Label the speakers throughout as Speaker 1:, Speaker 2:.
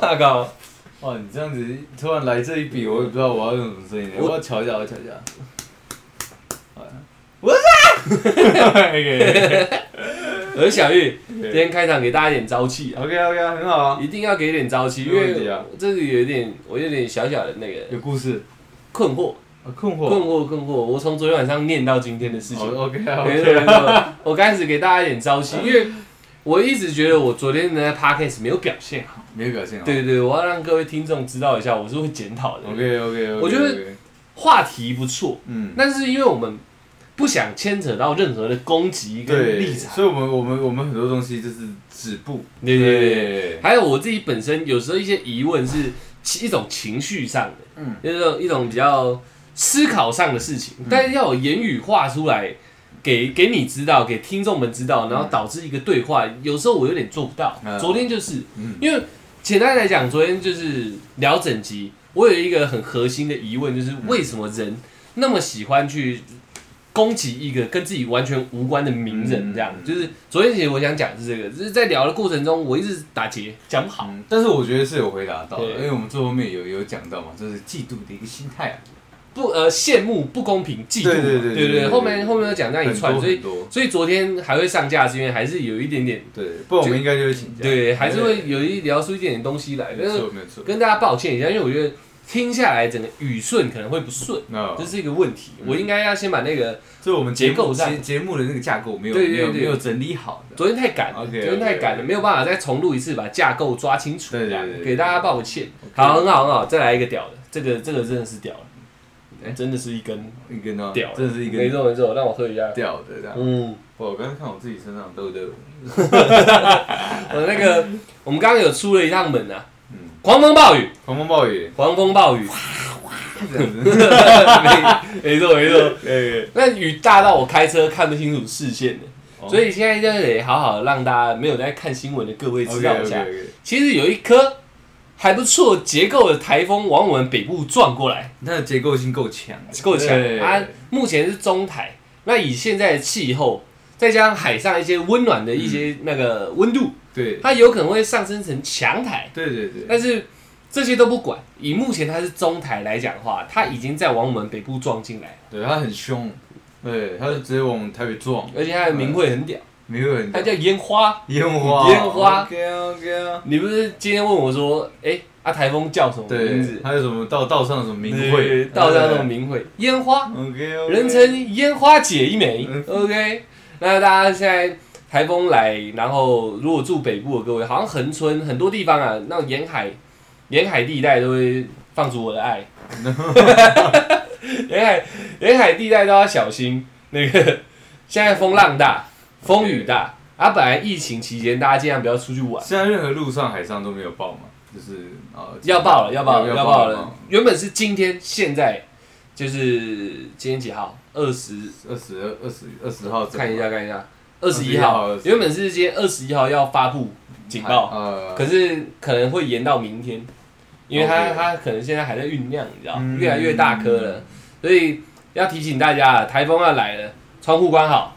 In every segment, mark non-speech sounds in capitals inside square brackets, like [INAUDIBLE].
Speaker 1: 大高。哇，哦你这样子突然来这一笔，我也不知道我要用什么声音，
Speaker 2: 我
Speaker 1: 我要瞧一下，我瞧一下。啊好
Speaker 2: [LAUGHS]
Speaker 1: 我操！OK
Speaker 2: 而小玉今
Speaker 1: OK
Speaker 2: 天开场给大家一点朝气啊，
Speaker 1: OK，很好啊，
Speaker 2: 一定要给点朝气，因
Speaker 1: 没问题
Speaker 2: 为
Speaker 1: 啊
Speaker 2: 这个有一点我有点小小的那个
Speaker 1: 有故事，
Speaker 2: 困惑，
Speaker 1: 啊困惑。
Speaker 2: 困惑困惑，我从昨天晚上念到今天的事情。
Speaker 1: 哦 OK 啊
Speaker 2: 没
Speaker 1: OK 嗯
Speaker 2: 错没
Speaker 1: 啊，
Speaker 2: 错，我开始给大家一点朝气，因为我一直觉得我昨天的 podcast 没有表现好。
Speaker 1: 没有表现啊。
Speaker 2: 对对对，我要让各位听众知道一下，我是会检讨的。
Speaker 1: OK OK OK，
Speaker 2: 我觉得话题不错，
Speaker 1: 嗯，
Speaker 2: 但是因为我们不想牵扯到任何的攻击跟
Speaker 1: 对，
Speaker 2: 立场，
Speaker 1: 所以我们我们我们很多东西就是止步。
Speaker 2: 对对对对。还有我自己本身有时候一些疑问是一种情绪上的，
Speaker 1: 嗯
Speaker 2: 嗯，就是一种一种比较思考上的事情，但是要有言语化出来，给给你知道，给听众们知道，然后导致一个对话，有时候我有点做不到。
Speaker 1: 嗯
Speaker 2: 昨天就是
Speaker 1: 嗯，
Speaker 2: 因为简单来讲，昨天就是聊整集，我有一个很核心的疑问，就是为什么人那么喜欢去攻击一个跟自己完全无关的名人？这样
Speaker 1: 嗯，
Speaker 2: 就是昨天其实我想讲的是这个，就是在聊的过程中，我一直打结讲不好。
Speaker 1: 嗯，但是我觉得是有回答到的，
Speaker 2: 对
Speaker 1: 因为我们最后面有有讲到嘛，就是嫉妒的一个心态啊，
Speaker 2: 不呃羡慕、不公平、嫉妒嘛，
Speaker 1: 对对对对
Speaker 2: 对
Speaker 1: 对
Speaker 2: 后面后面有讲那一
Speaker 1: 很多
Speaker 2: 串，所
Speaker 1: 很
Speaker 2: 以
Speaker 1: 多，
Speaker 2: 所以昨天还会上架，是因为还是有一点点
Speaker 1: 对，不然我们应该就会请假，
Speaker 2: 对，还是会
Speaker 1: 对
Speaker 2: 有一聊出一点点东西来，
Speaker 1: 没
Speaker 2: 但是
Speaker 1: 错没错，
Speaker 2: 跟大家抱歉一下，因为我觉得听下来整个语顺可能会不顺，
Speaker 1: 那
Speaker 2: 这是一个问题。
Speaker 1: 嗯
Speaker 2: 我应该要先把那个
Speaker 1: 这我们节
Speaker 2: 结
Speaker 1: 目
Speaker 2: 构上
Speaker 1: 节节目的那个架构没有
Speaker 2: 对
Speaker 1: 没
Speaker 2: 对
Speaker 1: 有
Speaker 2: 对
Speaker 1: 没有整理好的，
Speaker 2: 昨天太赶了，
Speaker 1: OK，OK，
Speaker 2: 昨天太赶了，
Speaker 1: OK
Speaker 2: 没有办法再重录一次，把架构抓清楚，
Speaker 1: 对对
Speaker 2: 这样
Speaker 1: 对对
Speaker 2: 给大家抱歉。
Speaker 1: OK
Speaker 2: 好，很好很好，再来一个屌的，这个这个真的是屌了，哎真的是一根
Speaker 1: 一根呢
Speaker 2: 屌，
Speaker 1: 啊真的是一
Speaker 2: 没
Speaker 1: 根
Speaker 2: 错没错，让我喝一下，
Speaker 1: 屌的这样。
Speaker 2: 嗯。
Speaker 1: 哇，我刚刚看我自己身上都有，
Speaker 2: 我那个，我们刚刚有出了一趟门啊，
Speaker 1: 嗯
Speaker 2: 狂风暴雨，
Speaker 1: 狂风
Speaker 2: [LAUGHS]
Speaker 1: 暴雨
Speaker 2: 狂风暴
Speaker 1: [LAUGHS]
Speaker 2: 雨，
Speaker 1: 这样子，
Speaker 2: 没错没错。
Speaker 1: 对
Speaker 2: 那雨大到我开车看不清楚视线的，
Speaker 1: 哦
Speaker 2: 所以现在就得好好让大家没有在看新闻的各位知道一下，
Speaker 1: OK，
Speaker 2: 其实有一颗还不错结构的台风往我们北部撞过来，
Speaker 1: 那结构性够强，
Speaker 2: 够强
Speaker 1: 对
Speaker 2: 啊！目前是中台，那以现在的气候，再加上海上一些温暖的一些那个温度，
Speaker 1: 对
Speaker 2: 它有可能会上升成强台。
Speaker 1: 对对对，
Speaker 2: 但是这些都不管，以目前它是中台来讲的话，它已经在往我们北部撞进来了，
Speaker 1: 对他很凶，对，他就直接往我们台北撞，
Speaker 2: 而且它的名讳很屌，
Speaker 1: 没有人
Speaker 2: 它叫烟花。
Speaker 1: 烟花
Speaker 2: 烟花
Speaker 1: OK OK 啊，
Speaker 2: 你不是今天问我说，哎、啊台风叫什么名
Speaker 1: 对，
Speaker 2: 字？
Speaker 1: 还有什么道道上什么名
Speaker 2: 对对
Speaker 1: 讳
Speaker 2: 对，道家那种名讳，烟花，
Speaker 1: OK OK，
Speaker 2: 人称烟花姐一枚
Speaker 1: 嗯。
Speaker 2: OK，那大家现在。台风来，然后如果住北部的各位，好像恒春很多地方啊，那种沿海、沿海地带都会放逐我的爱。 [LAUGHS] 沿海沿海地带都要小心，那个现在风浪大，风雨大。啊，本来疫情期间大家尽量不要出去玩，
Speaker 1: 现在任何路上海上都没有报嘛，就是啊
Speaker 2: 要爆了，要爆了，要爆了
Speaker 1: 嘛。
Speaker 2: 原本是今天，现在就是今天几号？二十，
Speaker 1: 二十二、二十二十号整
Speaker 2: 看一下看一下，二十一
Speaker 1: 21号
Speaker 2: 号。原本是今天二十一号要发布警报，
Speaker 1: 呃，
Speaker 2: 可是可能会延到明天，因为它
Speaker 1: OK
Speaker 2: 它可能现在还在酝酿，你知道，
Speaker 1: 哦嗯
Speaker 2: 越来越大颗了，所以要提醒大家，台风要来了，窗户关好，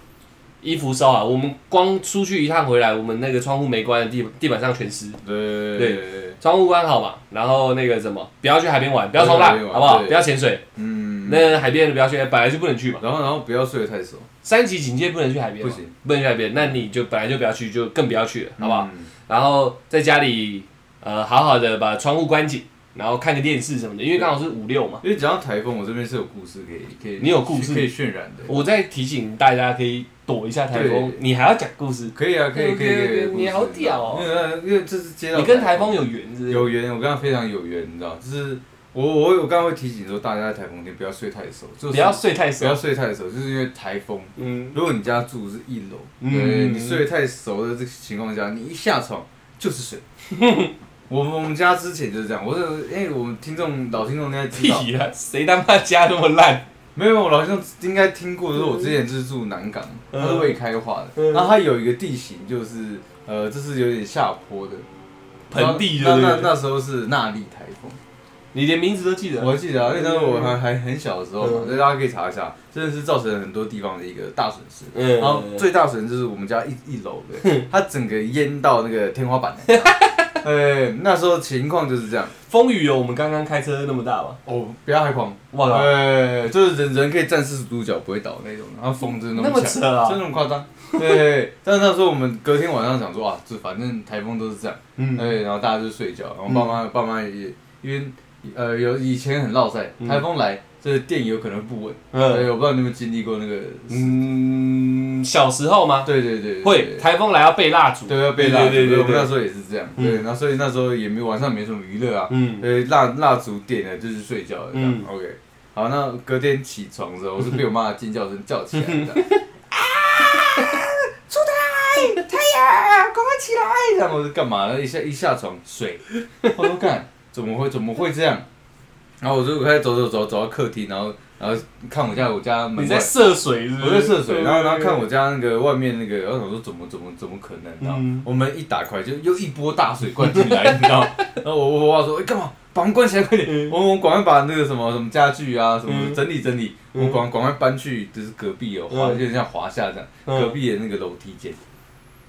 Speaker 2: 衣服收好。我们光出去一趟回来，我们那个窗户没关的地地板上全湿，
Speaker 1: 对对对对，
Speaker 2: 窗户关好嘛，然后那个什么，不要去海边玩，不要冲浪
Speaker 1: 不要去海边，玩
Speaker 2: 好不好？
Speaker 1: 对
Speaker 2: 不要潜水，
Speaker 1: 嗯，
Speaker 2: 那海边的不要去，本来就不能去嘛。
Speaker 1: 然后然后不要睡得太熟，
Speaker 2: 三级警戒不能去海边嘛，
Speaker 1: 不行
Speaker 2: 不能去海边，那你就本来就不要去，就更不要去了，好不好？
Speaker 1: 嗯？
Speaker 2: 然后在家里，呃，好好的把窗户关紧，然后看个电视什么的，因为刚好是五六嘛。
Speaker 1: 因为讲到台风，我这边是有故事可以可以，
Speaker 2: 你有故事
Speaker 1: 可以渲染的，
Speaker 2: 我再提醒大家可以躲一下台风
Speaker 1: 对，
Speaker 2: 你还要讲故事，
Speaker 1: 可以啊，可以
Speaker 2: OK，
Speaker 1: 可以可以
Speaker 2: OK，
Speaker 1: 有故事，
Speaker 2: 你好屌哦
Speaker 1: 因为因为这是接到
Speaker 2: 你跟台风有缘是不是？
Speaker 1: 有缘，我跟他非常有缘，你知道，就是我我我刚刚会提醒说，大家在台风天不要睡太熟，就是
Speaker 2: 不要睡太
Speaker 1: 不要
Speaker 2: 熟。
Speaker 1: 睡太熟，就是因为台风。
Speaker 2: 嗯，
Speaker 1: 如果你家住的是一楼，
Speaker 2: 嗯
Speaker 1: 对，你睡得太熟的这个情况下，你一下床就是
Speaker 2: [LAUGHS]
Speaker 1: 水。我们我们家之前就是这样，我是哎、我们听众老听众应该
Speaker 2: [LAUGHS]
Speaker 1: 知道，
Speaker 2: 屁呀、谁他妈家那么烂？
Speaker 1: 没有我老听众应该听过，就是我之前就是住南港，
Speaker 2: 嗯
Speaker 1: 它是未开化的，
Speaker 2: 嗯
Speaker 1: 那、它有一个地形就是呃，这是有点下坡的
Speaker 2: 盆地
Speaker 1: 那
Speaker 2: 对不
Speaker 1: 那那
Speaker 2: 对？
Speaker 1: 那时候是纳莉台风。
Speaker 2: 你连名字都记得？
Speaker 1: 我记得啊，因为当时我还还很小的时候嘛，
Speaker 2: 嗯
Speaker 1: 所以大家可以查一下，真的是造成很多地方的一个大损失。
Speaker 2: 嗯
Speaker 1: 然
Speaker 2: [LAUGHS]
Speaker 1: 后最大损失就是我们家一一楼的，它整个淹到那个天花板，然哎，那时候情况就是这样。
Speaker 2: 风雨有我们刚刚开车那么大吧？
Speaker 1: 哦，不要太狂，
Speaker 2: 哇靠
Speaker 1: 哎，就是人人可以站四十度角不会倒那种，然后风真的
Speaker 2: 那么
Speaker 1: 强
Speaker 2: 扯啊
Speaker 1: 真的那么夸
Speaker 2: [LAUGHS]
Speaker 1: 张。对，但是那时候我们隔天晚上想说啊，这反正台风都是这样，
Speaker 2: 嗯，
Speaker 1: 对，然后大家就睡觉，然后爸妈、爸妈也因为呃有以前很落塞，台风来这电有可能不稳，
Speaker 2: 嗯
Speaker 1: 对，我不知道你有没有经历过那个，
Speaker 2: 嗯，小时候吗？
Speaker 1: 对对对对，
Speaker 2: 会
Speaker 1: 对
Speaker 2: 台风来要备蜡烛，
Speaker 1: 对要被蜡烛，
Speaker 2: 对对
Speaker 1: 我
Speaker 2: 对
Speaker 1: 们那
Speaker 2: 对
Speaker 1: 时候也是这样，
Speaker 2: 嗯
Speaker 1: 对，然后所以那时候也没晚上没什么娱乐啊，
Speaker 2: 嗯
Speaker 1: 对，蜡蜡烛点了就是睡觉了，这样
Speaker 2: 嗯
Speaker 1: OK。好，那隔天起床的时候，我是被我妈的尖叫声叫起来的，啊，出太太阳，赶快起来！然后我就干嘛呢？一下一下床睡，我说干，怎么会怎么会这样？然后我就开始走走走走到客厅，然后然后看我家我家门
Speaker 2: 你
Speaker 1: 外
Speaker 2: 在，涉水是不是？
Speaker 1: 我在涉水，然后然后看
Speaker 2: 我，
Speaker 1: 我家那个外面那个，然后想说怎么怎么怎么可能？然后
Speaker 2: 嗯
Speaker 1: 我们一打开就又一波大水灌
Speaker 2: [LAUGHS]
Speaker 1: 进来，你知道吗？然后我我爸说：“哎、干嘛？把门关起来，快点！
Speaker 2: 嗯
Speaker 1: 我们赶快把那个什么什么家具啊什么
Speaker 2: 嗯
Speaker 1: 整理整理，我
Speaker 2: 嗯
Speaker 1: 们赶赶快搬去就是隔壁哦，滑
Speaker 2: 嗯
Speaker 1: 有点像华夏这样，
Speaker 2: 嗯
Speaker 1: 隔壁的那个楼梯间，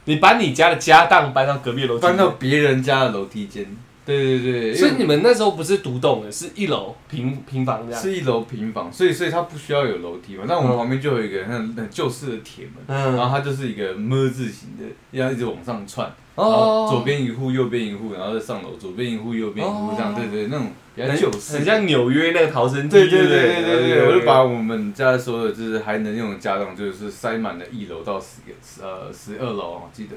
Speaker 2: 你把你家的家当搬到隔壁楼梯，
Speaker 1: 搬到，别人家的楼梯间。对对对，
Speaker 2: 所以
Speaker 1: 因为
Speaker 2: 你们那时候不是独栋的，是一楼平平房这样。
Speaker 1: 是一楼平房，所以所以它不需要有楼梯嘛。但我们
Speaker 2: 嗯
Speaker 1: 旁边就有一个很很旧式的铁门。”然
Speaker 2: 嗯，
Speaker 1: 后它就是一个么字形的，要一直往上窜，
Speaker 2: 哦
Speaker 1: 然后左边一户，右边一户，然后再上楼，左边一户，右边一户，这样，
Speaker 2: 哦
Speaker 1: 对对，那种比较
Speaker 2: 很
Speaker 1: 旧式，
Speaker 2: 很像纽约那个逃生梯，
Speaker 1: 对
Speaker 2: 对
Speaker 1: 对
Speaker 2: 不
Speaker 1: 对对对对，我就把
Speaker 2: 对
Speaker 1: 我们家所有就是还能用的家当，就是塞满了一楼到十个十呃十二楼，我记得，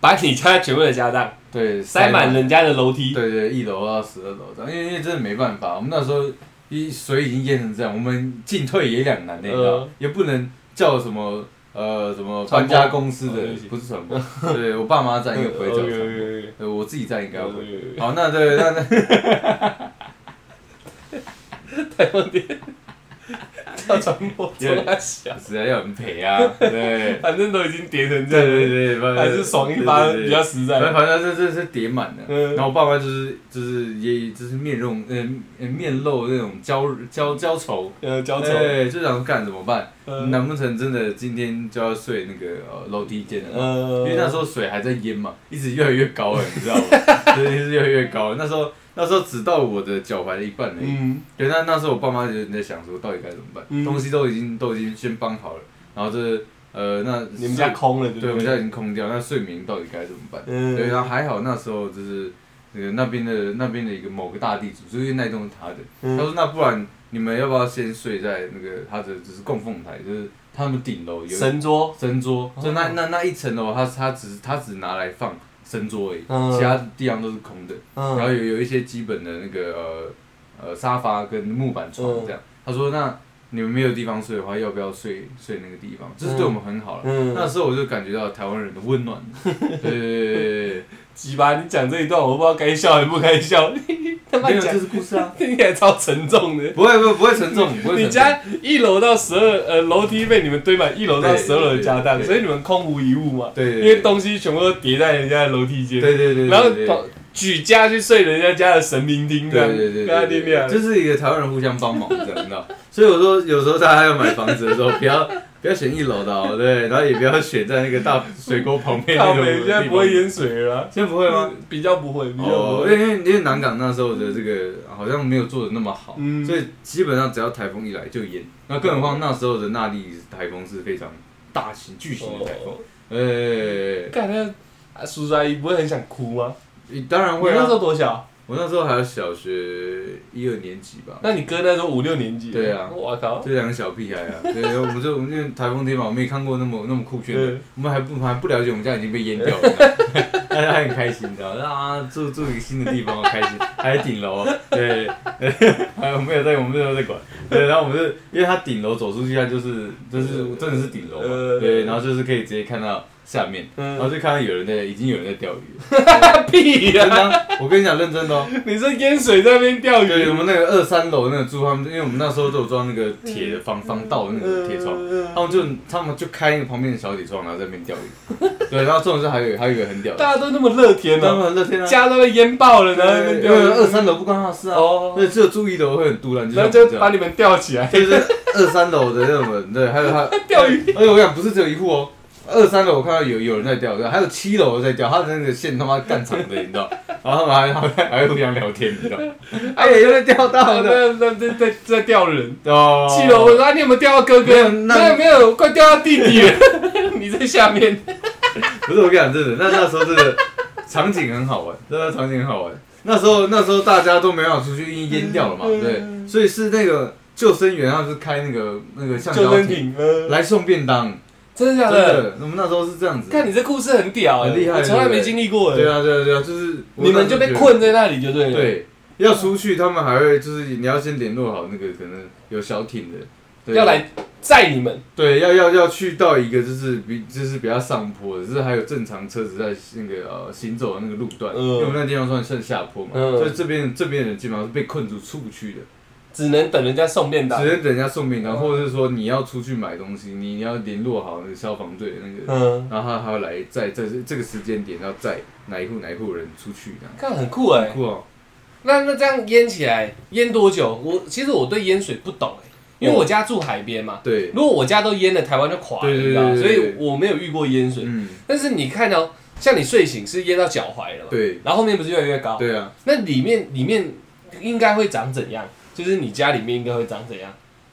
Speaker 2: 把你家全部的家当
Speaker 1: 对，
Speaker 2: 塞满
Speaker 1: 了，
Speaker 2: 人家的楼梯，
Speaker 1: 对对，一楼到十二楼这样，因为因为真的没办法，我们那时候一水已经淹成这样，我们进退也两难那个
Speaker 2: 呃，
Speaker 1: 也不能叫什么。呃，什么
Speaker 2: 传
Speaker 1: 搬
Speaker 2: 播
Speaker 1: 家公司的
Speaker 2: 哦对哦不起
Speaker 1: 不是传播，对我爸妈在应该不会叫
Speaker 2: [LAUGHS]
Speaker 1: 传播，
Speaker 2: 对
Speaker 1: 呃，我自己在应该会。 [LAUGHS]
Speaker 2: 哦对
Speaker 1: 好，那对，那那
Speaker 2: 要传播 [LAUGHS]
Speaker 1: 对
Speaker 2: 让他小，
Speaker 1: 实在要人陪 [LAUGHS] 啊，对，
Speaker 2: 反正都已经叠成这
Speaker 1: 对
Speaker 2: 样，
Speaker 1: 对对，反正
Speaker 2: 还是爽一发
Speaker 1: 对对对
Speaker 2: 比较实在。
Speaker 1: 反正反正这这是叠满的，
Speaker 2: 嗯
Speaker 1: 然后我爸妈就是就是也就是面容呃呃面露那种焦焦焦愁，
Speaker 2: 呃，交丑，
Speaker 1: 对，就想干怎么办？
Speaker 2: 嗯
Speaker 1: 难不成真的今天就要睡那个呃楼梯间了？
Speaker 2: 呃
Speaker 1: 因为那时候水还在淹嘛，一直越来越高了，你知
Speaker 2: [LAUGHS]
Speaker 1: 道吗？对，一直越来越高了。那时候那时候只到我的脚踝的一半而已。
Speaker 2: 嗯，
Speaker 1: 对，那那时候我爸妈就在想说，到底该怎么办？
Speaker 2: 嗯
Speaker 1: 东西都已经都已经先搬好了，然后这呃，那
Speaker 2: 你们家
Speaker 1: 睡
Speaker 2: 空了，对不
Speaker 1: 对，我们家已经空掉，那睡眠到底该怎么办？
Speaker 2: 嗯
Speaker 1: 对，啊然后还好那时候就是呃那边的那边的一个某个大地主，就是因为那一栋是他的，
Speaker 2: 嗯
Speaker 1: 他说那不然你们要不要先睡在那个他的就是供奉台，就是他们顶楼有
Speaker 2: 神桌，
Speaker 1: 神桌，
Speaker 2: 哦
Speaker 1: 就那那那一层楼，他他只他只拿来放神桌而已，
Speaker 2: 嗯
Speaker 1: 其他地方都是空的。然后
Speaker 2: 嗯，
Speaker 1: 有有一些基本的那个呃呃沙发跟木板床
Speaker 2: 嗯
Speaker 1: 这样。他说：“那你们没有地方睡的话，要不要睡睡那个地方？这是对我们很好了。
Speaker 2: 嗯
Speaker 1: 那时候我就感觉到台湾人的温暖。对对对对
Speaker 2: 鸡巴，你讲这一段，我不知道该笑还不该笑， [LAUGHS] 你他
Speaker 1: 对，
Speaker 2: 妈
Speaker 1: 没有
Speaker 2: 讲
Speaker 1: 这，是故事啊，
Speaker 2: 听起来超沉重的。
Speaker 1: 不会不会不会沉重，不会
Speaker 2: 你
Speaker 1: 沉重。
Speaker 2: 家一楼到十二，呃，楼梯被你们堆满一楼到
Speaker 1: 对
Speaker 2: 十二楼的家当，
Speaker 1: 对对
Speaker 2: 所以你们空无一物嘛。
Speaker 1: 对对
Speaker 2: 因
Speaker 1: 对
Speaker 2: 为东西全部都叠在人家的楼梯间。
Speaker 1: 对对对对，
Speaker 2: 然后
Speaker 1: 对对
Speaker 2: 跑举家去睡人家家的神明厅，这
Speaker 1: 对
Speaker 2: 样
Speaker 1: 对对
Speaker 2: 跟他练
Speaker 1: 对对，
Speaker 2: 练。
Speaker 1: 就是一个台湾人互相帮忙，这样你知道。所以我说，有时候大家要买房子的时候，不要不要选一楼的哦，对，然后也不要选在那个大水沟旁边那
Speaker 2: 啊靠
Speaker 1: 种
Speaker 2: 北，
Speaker 1: 地
Speaker 2: 现在
Speaker 1: 方。
Speaker 2: 不会淹水了啊，
Speaker 1: 现在不会吗？
Speaker 2: 比较不会，比较不
Speaker 1: 哦，
Speaker 2: 会。
Speaker 1: 因为因为南港那时候的这个好像没有做的那么好，
Speaker 2: 嗯
Speaker 1: 所以基本上只要台风一来就淹。那更何况那时候的那莉台风是非常大型、巨型的台
Speaker 2: 哦
Speaker 1: 风。呃、
Speaker 2: 看那啊叔叔阿姨不会很想哭吗？
Speaker 1: 你当然
Speaker 2: 你
Speaker 1: 会
Speaker 2: 那时
Speaker 1: 啊！
Speaker 2: 候多小？
Speaker 1: 我那时候还有小学一二年级吧，
Speaker 2: 那你哥那时候五六年级。
Speaker 1: 对啊
Speaker 2: 我靠， [LAUGHS]
Speaker 1: 这两个小屁孩啊，对，我们就我们就台风天嘛，我们没看过那么那么酷炫的
Speaker 2: 嗯，
Speaker 1: 我们还不还不了解我们家已经被淹掉了， [LAUGHS] 但是还很开心，你知道啊，住住一个新的地方，好开心，还在顶楼，啊对， [LAUGHS] 还有没有在我们没有在管，对，然后我们就因为他顶楼走出去，他就是
Speaker 2: 呃
Speaker 1: 就是真的是顶楼嘛，
Speaker 2: 嗯
Speaker 1: 对，然后就是可以直接看到下面，
Speaker 2: 嗯
Speaker 1: 然后就看到有人在已经有人在钓鱼，
Speaker 2: [LAUGHS] 屁
Speaker 1: 真
Speaker 2: 呀！
Speaker 1: 的啊，我跟你讲认真的哦。
Speaker 2: 你说淹水在那边钓
Speaker 1: [LAUGHS] 对，我
Speaker 2: 鱼？
Speaker 1: 们那个二三楼那个住他们，因为我们那时候都有装那
Speaker 2: 嗯
Speaker 1: 个铁的防防盗的那个铁窗，他
Speaker 2: 哦
Speaker 1: 们就他们就开那个旁边的小铁窗，然后在那边钓鱼。对，然后重点是还有还有一个
Speaker 2: [LAUGHS]
Speaker 1: 很屌的，
Speaker 2: 大家都那么乐天
Speaker 1: 他
Speaker 2: 哦，
Speaker 1: 们很乐天啊，
Speaker 2: 家都被淹爆了，然后在那
Speaker 1: 对
Speaker 2: 边
Speaker 1: 因为
Speaker 2: 钓
Speaker 1: 二
Speaker 2: 鱼，
Speaker 1: 三楼不关他的事啊，
Speaker 2: 哦
Speaker 1: 对，只有住一楼会很突然，就
Speaker 2: 然
Speaker 1: 像
Speaker 2: 后
Speaker 1: 我们
Speaker 2: 就
Speaker 1: 这
Speaker 2: 把
Speaker 1: 样
Speaker 2: 你们
Speaker 1: [LAUGHS]
Speaker 2: 吊起来。
Speaker 1: 就是二三楼的那种人，对，还有他
Speaker 2: [LAUGHS] 钓鱼，
Speaker 1: 而且我跟你讲不是只有一户哦，二三楼我看到有有人在钓，还有七楼在钓，他的那个线他妈干长的，你知道？然后他们还还还会互相聊天，你知
Speaker 2: [LAUGHS]
Speaker 1: 道？
Speaker 2: 啊
Speaker 1: 哎呀，又在钓到了，
Speaker 2: 那那那在在钓人，
Speaker 1: 哦，
Speaker 2: 气了我说啊，你有没有钓到哥
Speaker 1: 没有
Speaker 2: 哥？
Speaker 1: 那
Speaker 2: 没有没有，快钓到弟弟了， [LAUGHS] 你在下面。
Speaker 1: 不是我跟你讲，真的，那那时候真的场景很好玩， [LAUGHS] 真的场景很好玩。那时候那时候大家都没办法出去，因为淹掉了嘛，
Speaker 2: 嗯
Speaker 1: 对，所以是那个救生员，他是开那个那个橡胶艇
Speaker 2: 艇，呃
Speaker 1: 来送便当，
Speaker 2: 真的假
Speaker 1: 真
Speaker 2: 的？
Speaker 1: 的，我们那时候是这样子。
Speaker 2: 看你这故事很屌，欸
Speaker 1: 很厉害
Speaker 2: 我从来
Speaker 1: 对不对
Speaker 2: 没经历过。欸
Speaker 1: 对，啊对啊对啊，就是我
Speaker 2: 你们就被困在那里就对
Speaker 1: 那时候觉得。
Speaker 2: 了。，
Speaker 1: 对，要出去他们还会就是你要先联络好那个可能有小艇的，对
Speaker 2: 要来载你们。
Speaker 1: 对，要要要去到一个就是比就是比较上坡的，就是还有正常车子在那个呃行走的那个路段，
Speaker 2: 嗯
Speaker 1: 因为我们那地方算算下坡嘛，
Speaker 2: 嗯
Speaker 1: 所以这边这边的人基本上是被困住出不去的，
Speaker 2: 只能等人家送便当
Speaker 1: 只。能等人家送便当，
Speaker 2: 嗯
Speaker 1: 或者是说你要出去买东西，你你要联络好那个消防队的那个，
Speaker 2: 嗯，
Speaker 1: 然后他他会来在这这个时间点要载哪一户哪一户人出去这样，
Speaker 2: 看很酷哎、
Speaker 1: 酷哦，
Speaker 2: 那那这样淹起来，淹多久？我其实我对淹水不懂哎、因为我家住海边嘛。
Speaker 1: 对，
Speaker 2: 如果我家都淹了，台湾就垮了，
Speaker 1: 嗯对对
Speaker 2: 你知道吗
Speaker 1: 对
Speaker 2: 所
Speaker 1: 对
Speaker 2: 以我没有遇过淹水。
Speaker 1: 嗯，
Speaker 2: 但是你看哦，像你睡醒是淹到脚踝了嘛？
Speaker 1: 对
Speaker 2: 然后后面不是越来越高？
Speaker 1: 对啊，
Speaker 2: 那里面里面应该会长怎样？就是你家里面应该会长怎样？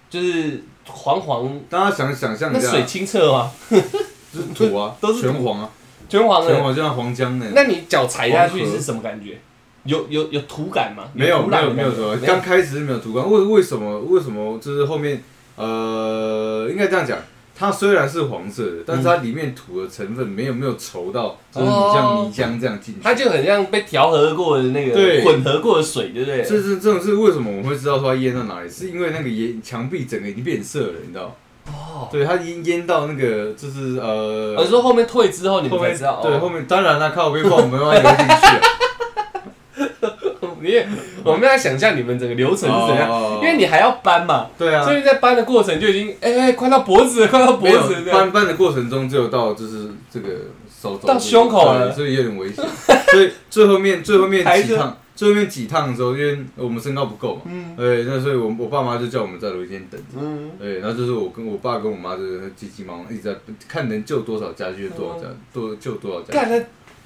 Speaker 2: 就是黄黄，
Speaker 1: 大家想想象
Speaker 2: 那
Speaker 1: 一下，
Speaker 2: 水清澈吗？
Speaker 1: 就是土啊，
Speaker 2: 都是土
Speaker 1: 全黄啊，
Speaker 2: 全黄
Speaker 1: 全
Speaker 2: 的。
Speaker 1: 黄就像黄江那样。
Speaker 2: 那你脚踩下去
Speaker 1: 黄河
Speaker 2: 是什么感觉？有有有土感吗？
Speaker 1: 没有
Speaker 2: 土
Speaker 1: 没
Speaker 2: 壤
Speaker 1: 有
Speaker 2: 的
Speaker 1: 没有
Speaker 2: 感
Speaker 1: 什
Speaker 2: 觉
Speaker 1: 么，
Speaker 2: 没
Speaker 1: 刚开始是没有土光，为为什么为什么就是后面呃，应该这样讲，它虽然是黄色的，但是它里面土的成分没有没有稠到，就是你像泥浆这样进去。
Speaker 2: 它就很像被调和过的那
Speaker 1: 对
Speaker 2: 个混合过的水，对不对？
Speaker 1: 这是这种是为什么我们会知道说它淹到哪里，是因为那个岩墙壁整个已经变色了，你知道？
Speaker 2: 哦，
Speaker 1: 对，它淹淹到那个就是呃，
Speaker 2: 我说后面退之后你们
Speaker 1: 后
Speaker 2: 才
Speaker 1: 面
Speaker 2: 知道，
Speaker 1: 对
Speaker 2: 哦
Speaker 1: 后面当然啦，靠背放我们要游进去，
Speaker 2: 你也我们要想象你们整个流程 [LAUGHS] 是怎样，
Speaker 1: 哦
Speaker 2: 因为你还要搬嘛，
Speaker 1: 对啊，
Speaker 2: 所以在搬的过程就已经哎、哎快到脖子了，快到脖
Speaker 1: 没有
Speaker 2: 子了这样，
Speaker 1: 搬搬的过程中，只有到就是这个手肘
Speaker 2: 到胸口了
Speaker 1: 对所以有点危险。 [LAUGHS] 所以最后面最后面
Speaker 2: 抬
Speaker 1: 几
Speaker 2: 着
Speaker 1: 趟，最后面几趟的时候，因为我们身高不够嘛，
Speaker 2: 嗯
Speaker 1: 对，那所以我我爸妈就叫我们在楼梯间等。
Speaker 2: 嗯，
Speaker 1: 对，然后就是我跟我爸跟我妈就是急急忙忙一直在看能救多少家就救多少家，
Speaker 2: 嗯
Speaker 1: 多救多少家，
Speaker 2: 干那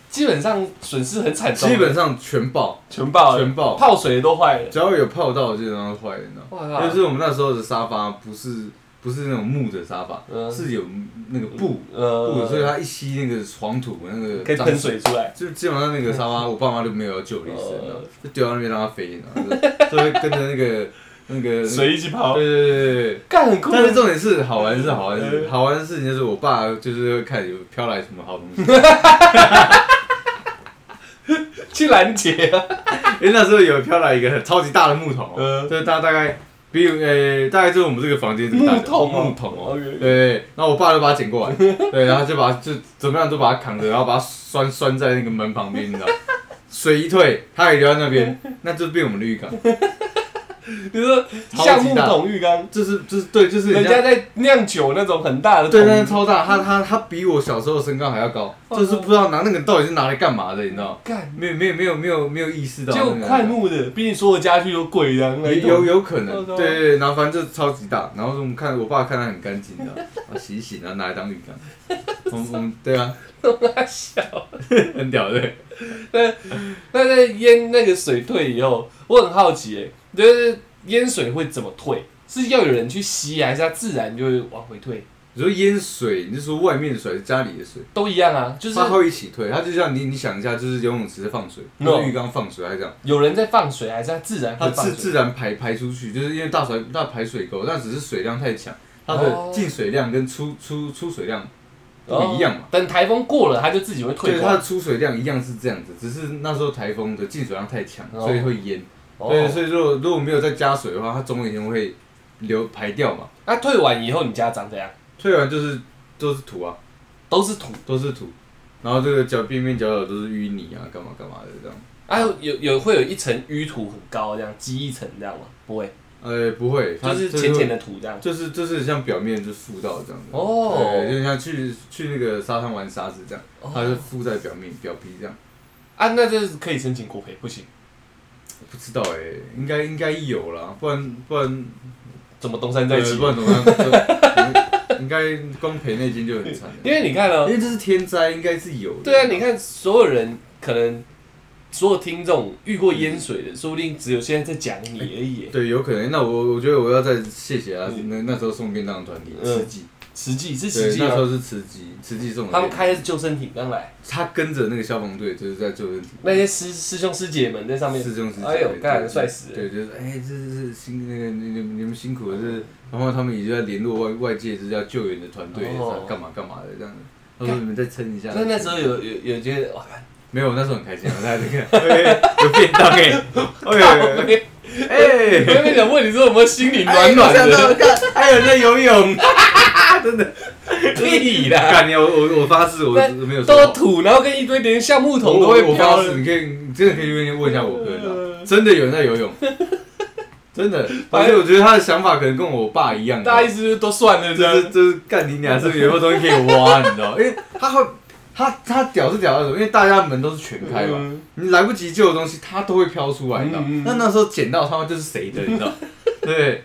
Speaker 2: 基本上损失很惨重，
Speaker 1: 基本上全爆，
Speaker 2: 全爆了，
Speaker 1: 全爆
Speaker 2: 泡水的都坏了，
Speaker 1: 只要有泡到基本上坏了，你知道吗。
Speaker 2: 哇
Speaker 1: 就
Speaker 2: 靠，
Speaker 1: 是我们那时候的沙发不是不是那种木的沙发，
Speaker 2: 嗯
Speaker 1: 是有那个布布，
Speaker 2: 呃
Speaker 1: 所以它一吸那个黄土那个
Speaker 2: 可以
Speaker 1: 脏
Speaker 2: 喷水出来，
Speaker 1: 就基本上那个沙发，我爸妈就没有要救的意思，
Speaker 2: 呃
Speaker 1: 你知道就丢到那边让它飞，然后就就会跟着那
Speaker 2: [LAUGHS]
Speaker 1: 个那个，对
Speaker 2: 水一起泡，
Speaker 1: 对对对对。
Speaker 2: 干很酷，
Speaker 1: 但是重点是好玩是好玩是
Speaker 2: 呃
Speaker 1: 好玩的事情，就是我爸就是会看有飘来什么好东西，
Speaker 2: [LAUGHS] 去拦截啊，
Speaker 1: 因为那时候有飘来一个超级大的木桶哦，
Speaker 2: 嗯
Speaker 1: 就是大大概比呃大概就是我们这个房间这个大小
Speaker 2: 木桶哦
Speaker 1: 木桶哦，
Speaker 2: OK
Speaker 1: 对对，然后我爸就把它捡过来， [LAUGHS] 对，然后就把它就怎么样都把它扛着，然后把它拴拴在那个门旁边，你知道。水一退，它也留在那边，那就变我们的浴缸。
Speaker 2: 比如说
Speaker 1: 超级大
Speaker 2: 像木桶浴缸。
Speaker 1: 就是就是对，就是
Speaker 2: 人
Speaker 1: 人
Speaker 2: 家
Speaker 1: 家
Speaker 2: 在酿酒那种很大的
Speaker 1: 对，那是
Speaker 2: 桶，
Speaker 1: 超大，它它它比我小时候身高还要高，
Speaker 2: 哦
Speaker 1: 就是不知道拿那个到底是拿来干嘛的，你知道？
Speaker 2: 干，
Speaker 1: 没有没有没有没有没有意识到那
Speaker 2: 就
Speaker 1: 个，
Speaker 2: 块木的，比你所有家具都贵的，那
Speaker 1: 有
Speaker 2: 一桶
Speaker 1: 有有可
Speaker 2: 我
Speaker 1: 能，
Speaker 2: 操
Speaker 1: 对对对，然后反正就超级大，然后我们看我爸看它很干净的，啊洗一洗，然后拿来当浴缸。我们我们
Speaker 2: [LAUGHS]
Speaker 1: 对啊，
Speaker 2: 那小。
Speaker 1: [LAUGHS] 很屌对，
Speaker 2: 那在淹那个水退以后，我很好奇、欸，就是淹水会怎么退？是要有人去吸，还是它自然就会往回退？
Speaker 1: 你说淹水，你是说外面的水还是家里的水？
Speaker 2: 都一样啊，就是
Speaker 1: 它会一起推，它就像你你想一下，就是游泳池在放水，
Speaker 2: No
Speaker 1: 或者浴缸放水，还是这样，
Speaker 2: 有人在放水，还是它自然
Speaker 1: 它
Speaker 2: 会放
Speaker 1: 自
Speaker 2: 水？
Speaker 1: 自然排排出去，就是因为大水大排水沟，那只是水量太强，它的
Speaker 2: 哦
Speaker 1: 进水量跟出出出水量不一样嘛
Speaker 2: 哦。等台风过了，它就自己会退
Speaker 1: 对，它
Speaker 2: 光。
Speaker 1: 的出水量一样是这样子，只是那时候台风的进水量太强，
Speaker 2: 哦
Speaker 1: 所以会淹。
Speaker 2: 哦
Speaker 1: 对，所以如果如果没有再加水的话，它总有一天会流排掉嘛。
Speaker 2: 那退完以后，你家长怎样？
Speaker 1: 退完就是都是土啊，
Speaker 2: 都是土。
Speaker 1: 都是土，然后这个脚边边角角都是淤泥啊，干嘛干嘛的这样。
Speaker 2: 啊，有有会有一层淤土很高，这样积一层，这样吗？不会，
Speaker 1: 呃，不会，它
Speaker 2: 就是浅浅的土这样。
Speaker 1: 就是就是像表面就附到这样子
Speaker 2: 哦
Speaker 1: 对，就像去去那个沙滩玩沙子这样，
Speaker 2: 哦
Speaker 1: 它就附在表面表皮这样。
Speaker 2: 啊，那这是可以申请国赔，不行？
Speaker 1: 不知道哎、应该应该有啦，不然不然
Speaker 2: 怎么东山再起
Speaker 1: 呃？不然怎么样？应该光赔那间就很惨了，
Speaker 2: 因为你看哦
Speaker 1: 因，为这是天灾，应该是有的。
Speaker 2: 对啊，你看所有人可能所有听众遇过淹水的，说不定只有现在在讲你而已耶。
Speaker 1: 对，有可能。那我我觉得我要再谢谢啊，那那时候送便当的团体，
Speaker 2: 嗯
Speaker 1: 慈济，
Speaker 2: 实际是实
Speaker 1: 哎对，
Speaker 2: 际
Speaker 1: 那时候
Speaker 2: 啊，
Speaker 1: 是慈济，慈济送的便当。
Speaker 2: 他们开救生艇刚来，
Speaker 1: 他跟着那个消防队，就是在做
Speaker 2: 那些师师兄师姐们在上面，
Speaker 1: 四中师
Speaker 2: 哎呦，干帅死了。
Speaker 1: 对，就是哎，这是辛那个你你你们辛苦了，就是然后他们也就在联络外外界，就是要救援的团队，
Speaker 2: 哦
Speaker 1: 干嘛干嘛的这样子。他说你们再撑一下。
Speaker 2: 那那时候有有有觉
Speaker 1: [LAUGHS]
Speaker 2: 得哇，
Speaker 1: 没有，我那时候很开心，啊我在这
Speaker 2: [LAUGHS]
Speaker 1: 个哎有便当哎，哎
Speaker 2: 没
Speaker 1: 哎
Speaker 2: 有没想问你说有没有心里暖暖 [LAUGHS]
Speaker 1: 哎我想
Speaker 2: 的？
Speaker 1: 到干还有人在游泳，真的
Speaker 2: 屁啦，
Speaker 1: 干你！我我我发誓，我我没有说
Speaker 2: 都
Speaker 1: 谎
Speaker 2: 土，然后跟一堆连橡木 [LAUGHS] 桶都
Speaker 1: 我
Speaker 2: 会
Speaker 1: 我
Speaker 2: 飘
Speaker 1: 发
Speaker 2: 了
Speaker 1: 誓，你可以你真的可以去问一下我哥
Speaker 2: [LAUGHS]
Speaker 1: 的，真的有人在游泳， [LAUGHS] 真的。而且我觉得他的想法可能跟我爸一样，
Speaker 2: 哎大家意思就是都算了这
Speaker 1: 就是
Speaker 2: 样。
Speaker 1: 就是干你娘，是不是有没有东西可以挖？你知道？ [LAUGHS] 因为他会他他屌是屌那种，因为大家门都是全开嘛，
Speaker 2: 嗯
Speaker 1: 你来不及救的东西，他都会飘出来，你知道
Speaker 2: 嗯嗯嗯？
Speaker 1: 那那时候捡到他们就是谁的，你知道？对，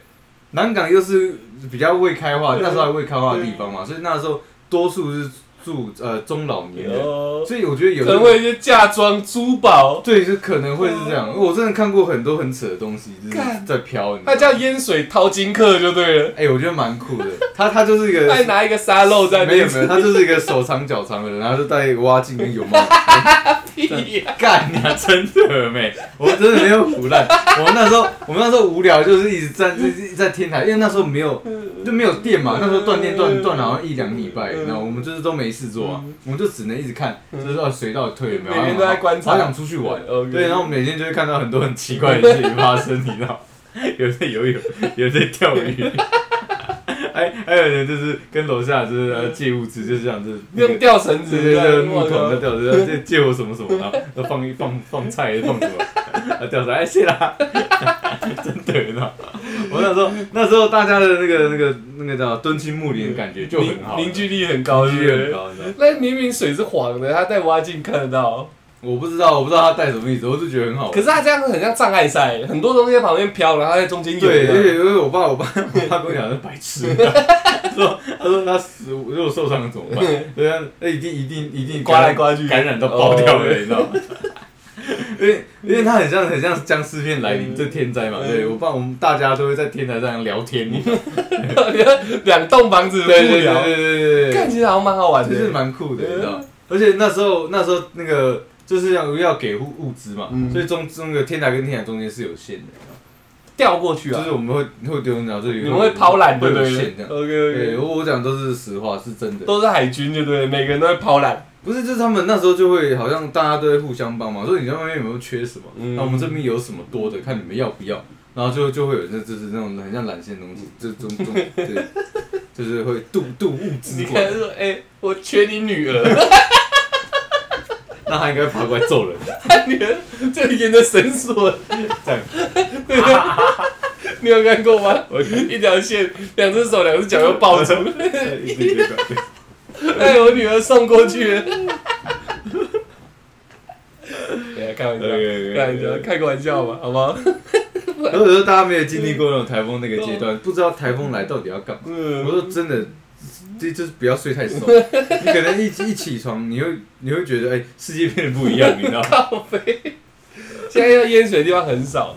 Speaker 1: 南港又是比较未开化，那时候还未开化的地方嘛，所以那时候多数是住呃中老年人，
Speaker 2: 有
Speaker 1: 所以我觉得有
Speaker 2: 哦可
Speaker 1: 的
Speaker 2: 能会一些嫁妆、珠宝，
Speaker 1: 对，就可能会是这样。我真的看过很多很扯的东西，就是
Speaker 2: 哦干
Speaker 1: 在飘。你知道
Speaker 2: 那
Speaker 1: 吗
Speaker 2: 叫淹水淘金客就对了。
Speaker 1: 哎、我觉得蛮酷的。他他就是
Speaker 2: [LAUGHS]
Speaker 1: 一个
Speaker 2: 再拿一个沙漏在那
Speaker 1: 没有
Speaker 2: 边
Speaker 1: 没有，他就是一个手长脚长的人，然后就戴蛙镜跟泳帽。
Speaker 2: 屁呀，
Speaker 1: [LAUGHS] 干你、啊，真的没，我真的没有腐烂。我那时候我们那时候无聊，就是一直站
Speaker 2: 嗯
Speaker 1: 一直在天台，因为那时候没有就没有电嘛，那时候断电断断了好像一两礼拜，
Speaker 2: 嗯
Speaker 1: 然后我们就是都没事做啊，我们就只能一直看，就是到水到底退了没有，
Speaker 2: 每天都在观察
Speaker 1: 好想出去玩。
Speaker 2: OK
Speaker 1: 对，然后每天就会看到很多很奇怪的事情发生，你知道， [LAUGHS] 有在游
Speaker 2: [LAUGHS]
Speaker 1: 泳，有在钓鱼。还还有人就是跟楼下就是呃借物资，就这样子、那
Speaker 2: [LAUGHS]
Speaker 1: 个
Speaker 2: 用吊
Speaker 1: [LAUGHS]
Speaker 2: 绳
Speaker 1: 对
Speaker 2: 子
Speaker 1: 对
Speaker 2: 这
Speaker 1: 对，
Speaker 2: 样
Speaker 1: 木桶在
Speaker 2: 我靠
Speaker 1: 吊着，借借我什么什么， [LAUGHS] 然后然后放一放放菜放什么， [LAUGHS] 啊吊着，哎谢啦， [LAUGHS] 真的，你知道，我那时候那时候大家的那个那个那个叫敦亲睦邻的感觉就很好，
Speaker 2: 凝凝聚力很高，是
Speaker 1: 凝聚
Speaker 2: 不
Speaker 1: 力很
Speaker 2: 是？
Speaker 1: 高，你知道。
Speaker 2: 那明明水是黄的，他戴蛙镜看得到，
Speaker 1: 我不知道我不知道他带什么意思，我就觉得很好玩。
Speaker 2: 可是他这样很像障碍赛，很多东西在旁边飘，然后他在中间游
Speaker 1: 对，而且
Speaker 2: 的。
Speaker 1: 因为我爸，我爸，我爸跟我讲是白痴， [LAUGHS] 他说他说他死，如果受伤了怎么
Speaker 2: [LAUGHS]
Speaker 1: 办？对啊，那一定一定一定
Speaker 2: 刮来刮去
Speaker 1: 感染到爆掉了，
Speaker 2: 哦
Speaker 1: 你知
Speaker 2: [LAUGHS]
Speaker 1: 道吗？因为因为他很像很像僵尸片来临，这天灾嘛，
Speaker 2: 嗯
Speaker 1: 对我爸我们大家都会在天台上聊天，你知道 [LAUGHS] 吗
Speaker 2: 两栋房子的不
Speaker 1: 对对对
Speaker 2: 聊，
Speaker 1: 对对对
Speaker 2: 看
Speaker 1: 对，
Speaker 2: 起来好像蛮好玩
Speaker 1: 其实
Speaker 2: 的。
Speaker 1: 蛮酷的，你知
Speaker 2: 嗯
Speaker 1: 道吗？而且那时候那时候那个就是要要给物物资嘛，
Speaker 2: 嗯
Speaker 1: 所以中中个天台跟天台中间是有线的，你知道吗
Speaker 2: 掉过去
Speaker 1: 就
Speaker 2: 啊
Speaker 1: 是，我们会会丢人后这里
Speaker 2: 你们会抛篮
Speaker 1: 会
Speaker 2: 就
Speaker 1: 有
Speaker 2: 对
Speaker 1: 线这
Speaker 2: 了。
Speaker 1: 样。
Speaker 2: OK OK，
Speaker 1: 对，我我讲都是实话，是真的。
Speaker 2: 都是海军就对了，每个人都会抛篮。
Speaker 1: 不是，就是他们那时候就会好像大家都会互相帮忙，说你那边有没有缺什么，
Speaker 2: 嗯
Speaker 1: 那我们这边有什么多的，看你们要不要。然后就就会有那就是那种很像缆线的东
Speaker 2: 嗯
Speaker 1: 西，就中中对，就是会渡渡物资
Speaker 2: 你
Speaker 1: 过来
Speaker 2: 看，说，哎，我缺你女儿， [LAUGHS]
Speaker 1: 那他应该爬过来揍人，
Speaker 2: 他女儿就沿着绳索
Speaker 1: 这样。
Speaker 2: 你有看过吗？
Speaker 1: 我看
Speaker 2: 一条线，两只手，两只脚又
Speaker 1: [LAUGHS]
Speaker 2: 抱住。
Speaker 1: 对对对对
Speaker 2: 哎，我女儿送过去
Speaker 1: [LAUGHS]
Speaker 2: 了。哎呀，开玩笑，
Speaker 1: OK，OK，OK
Speaker 2: 开 [LAUGHS] 玩笑，开个玩笑嘛，好不好？
Speaker 1: 而且说大家没有经历过那种台风那个阶段，不知道台风来到底要干嘛。我
Speaker 2: 嗯，
Speaker 1: 说真的，这就是不要睡太熟。你可能一一起床，你会你会觉得，哎、世界变得不一样，你知
Speaker 2: [LAUGHS]
Speaker 1: 道吗？
Speaker 2: 靠背。现在要淹水的地方很少，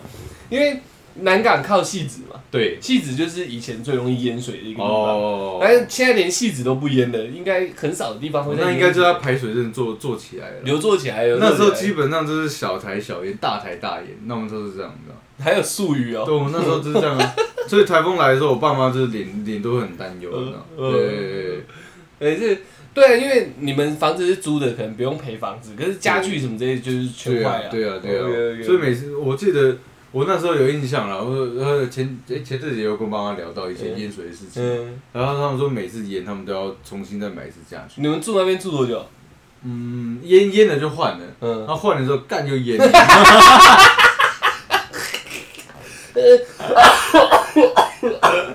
Speaker 2: 因为南港靠戏子嘛，
Speaker 1: 对，
Speaker 2: 戏子就是以前最容易淹水的一个地方。
Speaker 1: 哦，
Speaker 2: 但是现在连戏子都不淹了，应该很少的地方会再淹
Speaker 1: 那
Speaker 2: 水。
Speaker 1: 应该就要排水阵做做起来了。
Speaker 2: 留作起来了。
Speaker 1: 那时候
Speaker 2: 留作起来
Speaker 1: 基本上就是小台小淹，大台大淹，那我们都是这样，你知道吗？
Speaker 2: 还有术语哦，
Speaker 1: 对，我们那时候就是这样啊。所以台风来的时候，我爸妈就是脸脸都会很担忧，你知道吗？
Speaker 2: 嗯
Speaker 1: 对对对啊对
Speaker 2: 也是对，因为你们房子是租的，可能不用赔房子，可是家具什么这些就是全
Speaker 1: 对
Speaker 2: 坏
Speaker 1: 啊
Speaker 2: 了。
Speaker 1: 对啊对
Speaker 2: OK，OK
Speaker 1: 啊。所以每次我记得我那时候有印象了，我呃前诶前阵子也有跟我爸妈聊到以前
Speaker 2: 嗯
Speaker 1: 淹水的事情，
Speaker 2: 嗯，
Speaker 1: 然后他们说每次淹他们都要重新再买一次家具，
Speaker 2: 你们住那边住多久？
Speaker 1: 嗯，淹淹了就换了，然
Speaker 2: 嗯，
Speaker 1: 后换了之后干又淹了，
Speaker 2: [LAUGHS] 呃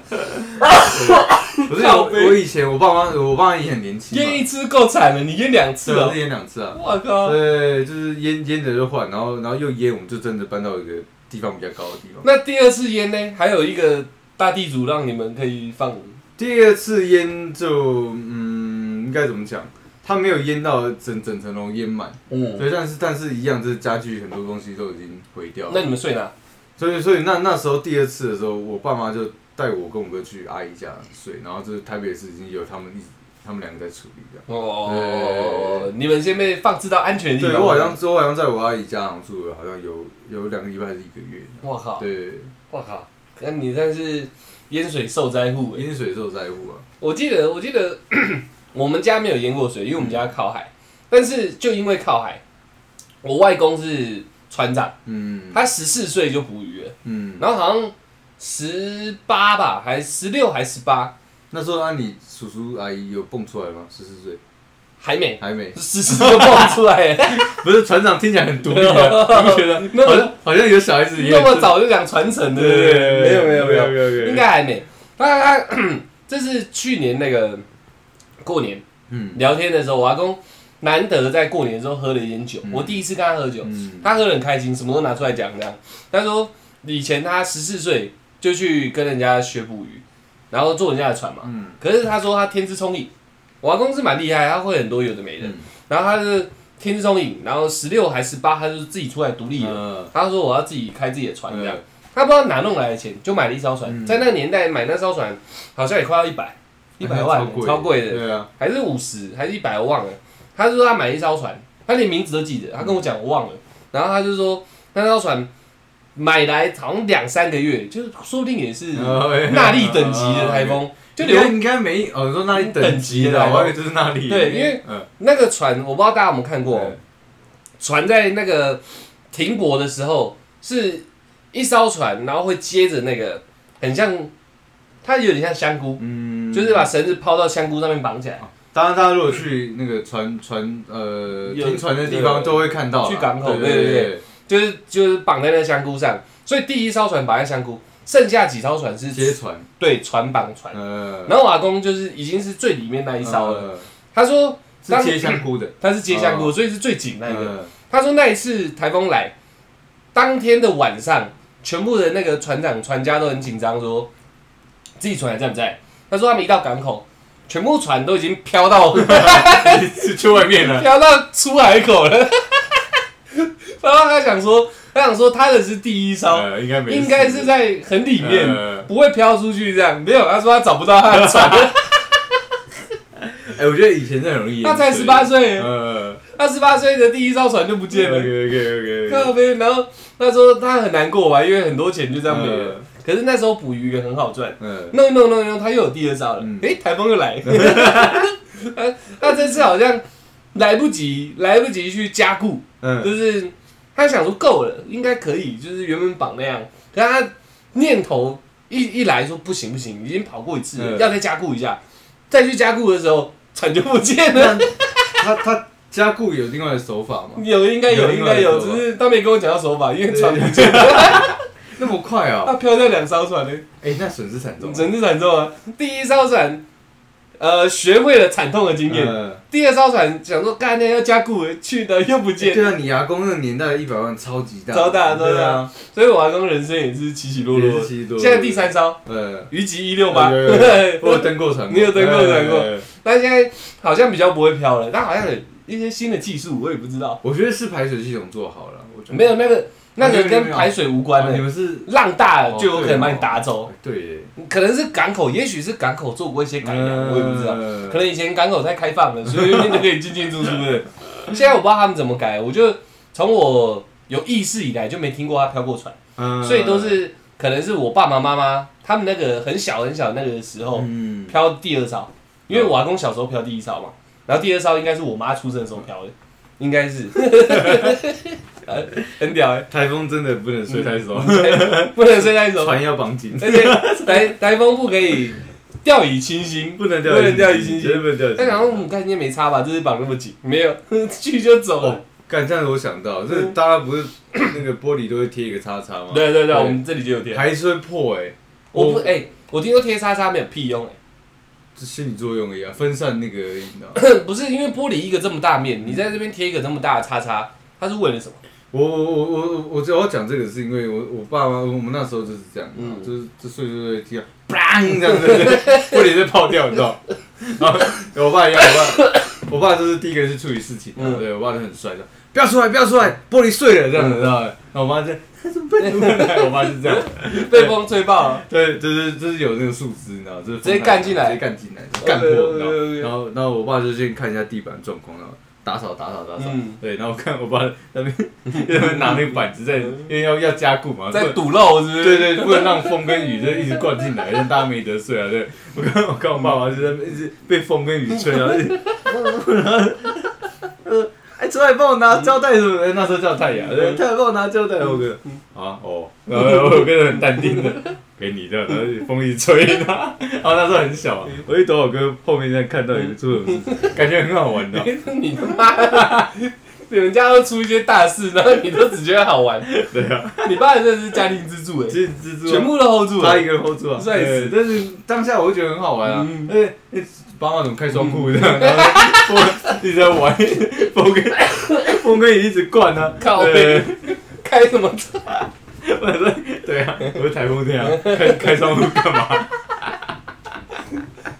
Speaker 1: 不是
Speaker 2: 靠
Speaker 1: 我
Speaker 2: 背
Speaker 1: 我以前我爸妈我爸妈也很年轻嘛
Speaker 2: 淹，一次够惨了，你淹两次
Speaker 1: 对啊，
Speaker 2: 了
Speaker 1: 是，淹两次啊，
Speaker 2: 我靠！
Speaker 1: 对，就是淹淹着就换，然后然后又淹，我们就真的搬到一个地方比较高的地方，
Speaker 2: 那第二次淹呢？还有一个大地主让你们可以放
Speaker 1: 第二次淹就嗯，应该怎么讲？它没有淹到整整层楼淹满，
Speaker 2: 嗯，
Speaker 1: 对，但是但是一样，就是家具很多东西都已经毁掉
Speaker 2: 那
Speaker 1: 了。
Speaker 2: 你们睡哪？
Speaker 1: 所以所以那那时候第二次的时候，我爸妈就带我跟我哥去阿姨家睡，然后就是台北市已经有他们一他们两个在处理这样。
Speaker 2: 哦，你们先被放置到安全的地
Speaker 1: 对
Speaker 2: 方。
Speaker 1: 我好像我好像在我阿姨家好像住了，好像有有两个礼拜还是一个月。
Speaker 2: 我靠，
Speaker 1: 对，
Speaker 2: 我靠，那你算是淹水受灾户欸
Speaker 1: 淹水受灾户啊，
Speaker 2: 我记得，我记得我们家没有淹过水，因为我们家靠海。但是就因为靠海，我外公是船长，
Speaker 1: 嗯
Speaker 2: 他十四岁就捕鱼了，
Speaker 1: 嗯。
Speaker 2: 然后好像十八吧，还十六还十八，
Speaker 1: 那时候啊，你叔叔阿姨有蹦出来吗？十四岁
Speaker 2: 还没，
Speaker 1: 还没
Speaker 2: 十四就蹦出来了，
Speaker 1: 不是船长听起来很独立
Speaker 2: [LAUGHS]
Speaker 1: 啊，你不觉得？
Speaker 2: 那
Speaker 1: 好像好像有小孩子一样。
Speaker 2: 那么早就讲传承的，
Speaker 1: 对？
Speaker 2: 对
Speaker 1: 对
Speaker 2: 不对
Speaker 1: 对
Speaker 2: 没有没有没有，
Speaker 1: 有没
Speaker 2: 应该还没。那他嗯这是去年那个过年
Speaker 1: 嗯
Speaker 2: 聊天的时候，我阿公难得在过年的时候喝了一点酒，
Speaker 1: 嗯
Speaker 2: 我第一次跟他喝酒。
Speaker 1: 嗯
Speaker 2: 他喝得很开心，什么都拿出来讲这样。他说以前他十四岁就去跟人家学捕鱼，然后坐人家的船嘛。
Speaker 1: 嗯
Speaker 2: 可是他说他天资聪颖，我阿公是蛮厉害，他会很多有的没的。
Speaker 1: 嗯
Speaker 2: 然后他是天资聪颖，然后十六还十八，他就是自己出来独立了。
Speaker 1: 嗯
Speaker 2: 他说我要自己开自己的船这样
Speaker 1: 嗯。
Speaker 2: 他不知道哪弄来的钱，就买了一艘船。
Speaker 1: 嗯
Speaker 2: 在那个年代买那艘船，好像也快要一百一百万，超贵的。
Speaker 1: 对啊，
Speaker 2: 还是五十还是一百，我忘了。他就说他买一艘船，他连名字都记得，他跟我讲我忘了。然后他就说那艘船买来好像两三个月，就是说不定也 [LAUGHS] 是嗯纳利等级的台风，就
Speaker 1: 就
Speaker 2: 留
Speaker 1: 留哦应该没哦，你说那里等级的，我以为就是那里。嗯
Speaker 2: 那个船，我不知道大家有没有看过
Speaker 1: 对，
Speaker 2: 船在那个停泊的时候是一艘船，然后会接着那个很像，它有点像香菇，
Speaker 1: 嗯，
Speaker 2: 就是把绳子抛到香菇上面绑起来。
Speaker 1: 当然，大家如果去那个船船呃停船的地方，都会看到对
Speaker 2: 就是就是绑在那香菇上，所以第一艘船绑在香菇，剩下几艘船是
Speaker 1: 对，接船
Speaker 2: 对船绑船。
Speaker 1: 呃，
Speaker 2: 然后我阿公就是已经是最里面那一艘了，
Speaker 1: 了，
Speaker 2: 他说
Speaker 1: 是接香菇的
Speaker 2: 他是接香菇，
Speaker 1: 哦
Speaker 2: 所以是最紧 [LAUGHS] 那一个。，他说那一次台风来，当天的晚上，全部的那个船长船家都很紧张，说自己船还在不在？他说他们一到港口，全部船都已经飘到 [LAUGHS]
Speaker 1: 呃 [LAUGHS] 是去外面了。
Speaker 2: 飘到出海口了。然后他想说，他想说他的是第一艘，
Speaker 1: 呃，应该没事，
Speaker 2: 应该是在很里面，
Speaker 1: 呃
Speaker 2: 不会飘出去这样。没有，他说他找不到他的船，
Speaker 1: [LAUGHS] 哎、我觉得以前真的容易淹水，
Speaker 2: 他才十八岁，
Speaker 1: 呃
Speaker 2: 他十八岁的第一艘船就不见
Speaker 1: 嗯
Speaker 2: 了。
Speaker 1: ，OK
Speaker 2: [LAUGHS]
Speaker 1: OK
Speaker 2: 靠
Speaker 1: OK，
Speaker 2: 边，然后他说他很难过吧，因为很多钱就这样没了。可是那时候捕鱼也很好赚，
Speaker 1: 嗯，
Speaker 2: 弄一弄弄一弄，他又有第二艘了
Speaker 1: 嗯。
Speaker 2: 诶，台风又 [LAUGHS] 来，那那这次好像来不及，来不及去加固，
Speaker 1: 嗯
Speaker 2: 就是他想说够了，应该可以，就是原本绑那样，可是他念头一一来说不行不行，已经跑过一次了，
Speaker 1: 嗯
Speaker 2: 要再加固一下，再去加固的时候船就不见了
Speaker 1: 那。 [LAUGHS] 他他加固有另外的手法吗？
Speaker 2: [LAUGHS] 有应该有
Speaker 1: 有
Speaker 2: 应该有，
Speaker 1: 有有
Speaker 2: 只是他没跟我讲到手法，因为船不见了，
Speaker 1: [LAUGHS] 那么快啊、
Speaker 2: 他飘掉两艘船呢，
Speaker 1: 哎、那损失惨重。
Speaker 2: 整只船重啊。第一艘船，呃，学会了惨痛的经验；
Speaker 1: 呃
Speaker 2: 第二艘船想说干那要加固，去的又不见，
Speaker 1: 对啊，你牙工那个年代的一百万超级大，
Speaker 2: 超大
Speaker 1: 对啊，
Speaker 2: 所以我阿公人生也是起起落落
Speaker 1: 也是起起落
Speaker 2: 的。
Speaker 1: 落
Speaker 2: 现在第三艘
Speaker 1: 呃，
Speaker 2: 虞姬一六八，
Speaker 1: 有有有我
Speaker 2: [LAUGHS]
Speaker 1: 有登过船，
Speaker 2: 你有登过船过
Speaker 1: 呃？
Speaker 2: 但现在好像比较不会飘了，但好像有一些新的技术，我也不知道。
Speaker 1: 我觉得是排水系统做好了，我觉得
Speaker 2: 没有那个那
Speaker 1: 没
Speaker 2: 个
Speaker 1: 有没有
Speaker 2: 跟排水无关
Speaker 1: 哦你
Speaker 2: 的，
Speaker 1: 们是
Speaker 2: 浪大了
Speaker 1: 哦
Speaker 2: 就有可能把你
Speaker 1: 对哦
Speaker 2: 打走，
Speaker 1: 对耶，
Speaker 2: 可能是港口，也许是港口做过一些改良，我也不知道。
Speaker 1: 呃
Speaker 2: 可能以前港口太开放了，所以那边就可以进进出出 [LAUGHS] 的。现在我不知道他们怎么改，我就从我有意识以来就没听过他飘过船，
Speaker 1: 呃
Speaker 2: 所以都是可能是我爸爸妈妈他们那个很小很小那个时候，
Speaker 1: 嗯，
Speaker 2: 漂第二艘，因为我阿公小时候漂第一艘嘛，然后第二艘应该是我妈出生的时候漂的，应该 [LAUGHS] 是，呃很屌哎、
Speaker 1: 台风真的不能睡太熟。
Speaker 2: 嗯不能睡在一艘，
Speaker 1: 船要绑紧，
Speaker 2: 而且台台风不可以掉以轻心。
Speaker 1: 不能
Speaker 2: 嗯掉以轻心
Speaker 1: 绝对不能掉以轻
Speaker 2: 但
Speaker 1: 心。
Speaker 2: 然后我们看今天没差吧，这是绑那么紧，没有 [LAUGHS] 去就走
Speaker 1: 哦
Speaker 2: 了。
Speaker 1: 干这样子我想到，就是
Speaker 2: 嗯
Speaker 1: 大家不是那个玻璃都会贴一个叉叉吗？，
Speaker 2: 对对对，
Speaker 1: 对
Speaker 2: 我们这里就有贴。
Speaker 1: 还是会破哎、
Speaker 2: 我不哎、我听说贴叉叉没有屁用哎、
Speaker 1: 这心理作用一样，啊分散那个而已，你知道吗？
Speaker 2: 不是因为玻璃一个这么大面，你在这边贴一个这么大的叉叉，它是为了什么？
Speaker 1: 我我我我我只要讲这个是因为我我爸妈我们那时候就是这样，
Speaker 2: 嗯
Speaker 1: 就是就睡睡睡听到，砰这样子，玻 [LAUGHS] 璃就泡掉，你
Speaker 2: [LAUGHS]
Speaker 1: 知道？然后我爸一样，我爸我爸就是第一个是处理事情，
Speaker 2: 嗯
Speaker 1: 对我爸就很帅，的，不要出来不要出来，玻璃碎了这样子，知道吗？然后我妈就 [LAUGHS] 怎么办怎么办？ [LAUGHS] 我爸是这样，
Speaker 2: 被风吹爆了，
Speaker 1: 对，就是就是有那个树枝，你知道，就是
Speaker 2: 直接干进来
Speaker 1: 直接干进来，干破，你知道
Speaker 2: OK，OK，OK
Speaker 1: 然后然后我爸就先看一下地板状况，然后打扫打扫打扫
Speaker 2: 嗯，
Speaker 1: 对，然后我看我爸在那边 [LAUGHS] 在那边拿那个板子在，因为要要加固嘛，
Speaker 2: 嗯在
Speaker 1: 不
Speaker 2: 堵漏是不是？
Speaker 1: 对对，不能让风跟雨就一直灌进来，让大家没得睡啊！对，我看我看我爸爸就在那边一直被风跟雨吹，然后一直，然后呃，哎，出来帮我拿胶带什么的，哎那时候叫太阳，对，太阳帮我拿胶带，我哥啊哦，然后我哥就很淡定的给你的，然后风一吹，然后然后那时候很小啊，我一躲我哥后面在看到有出什么事情，感觉很好玩
Speaker 2: [LAUGHS]
Speaker 1: 的。啊
Speaker 2: 你他妈，人家都出一些大事，然后你都只觉得好玩。
Speaker 1: 对啊，
Speaker 2: 你爸真的是家庭支柱哎，
Speaker 1: 其实蜘蛛啊
Speaker 2: 全部都 hold 住
Speaker 1: 他
Speaker 2: 了
Speaker 1: 一。个人 hold 住啊，
Speaker 2: 帅死
Speaker 1: 对但是当下我会觉得很好玩啊
Speaker 2: 嗯，
Speaker 1: 而且那爸妈怎么开双裤这
Speaker 2: [LAUGHS]
Speaker 1: 样，然后我一直在玩，风跟风跟雨一直灌啊，
Speaker 2: 靠
Speaker 1: 对
Speaker 2: 背， [LAUGHS] 开什么车？
Speaker 1: 我说对啊，我是台风天啊，开开双裤干嘛？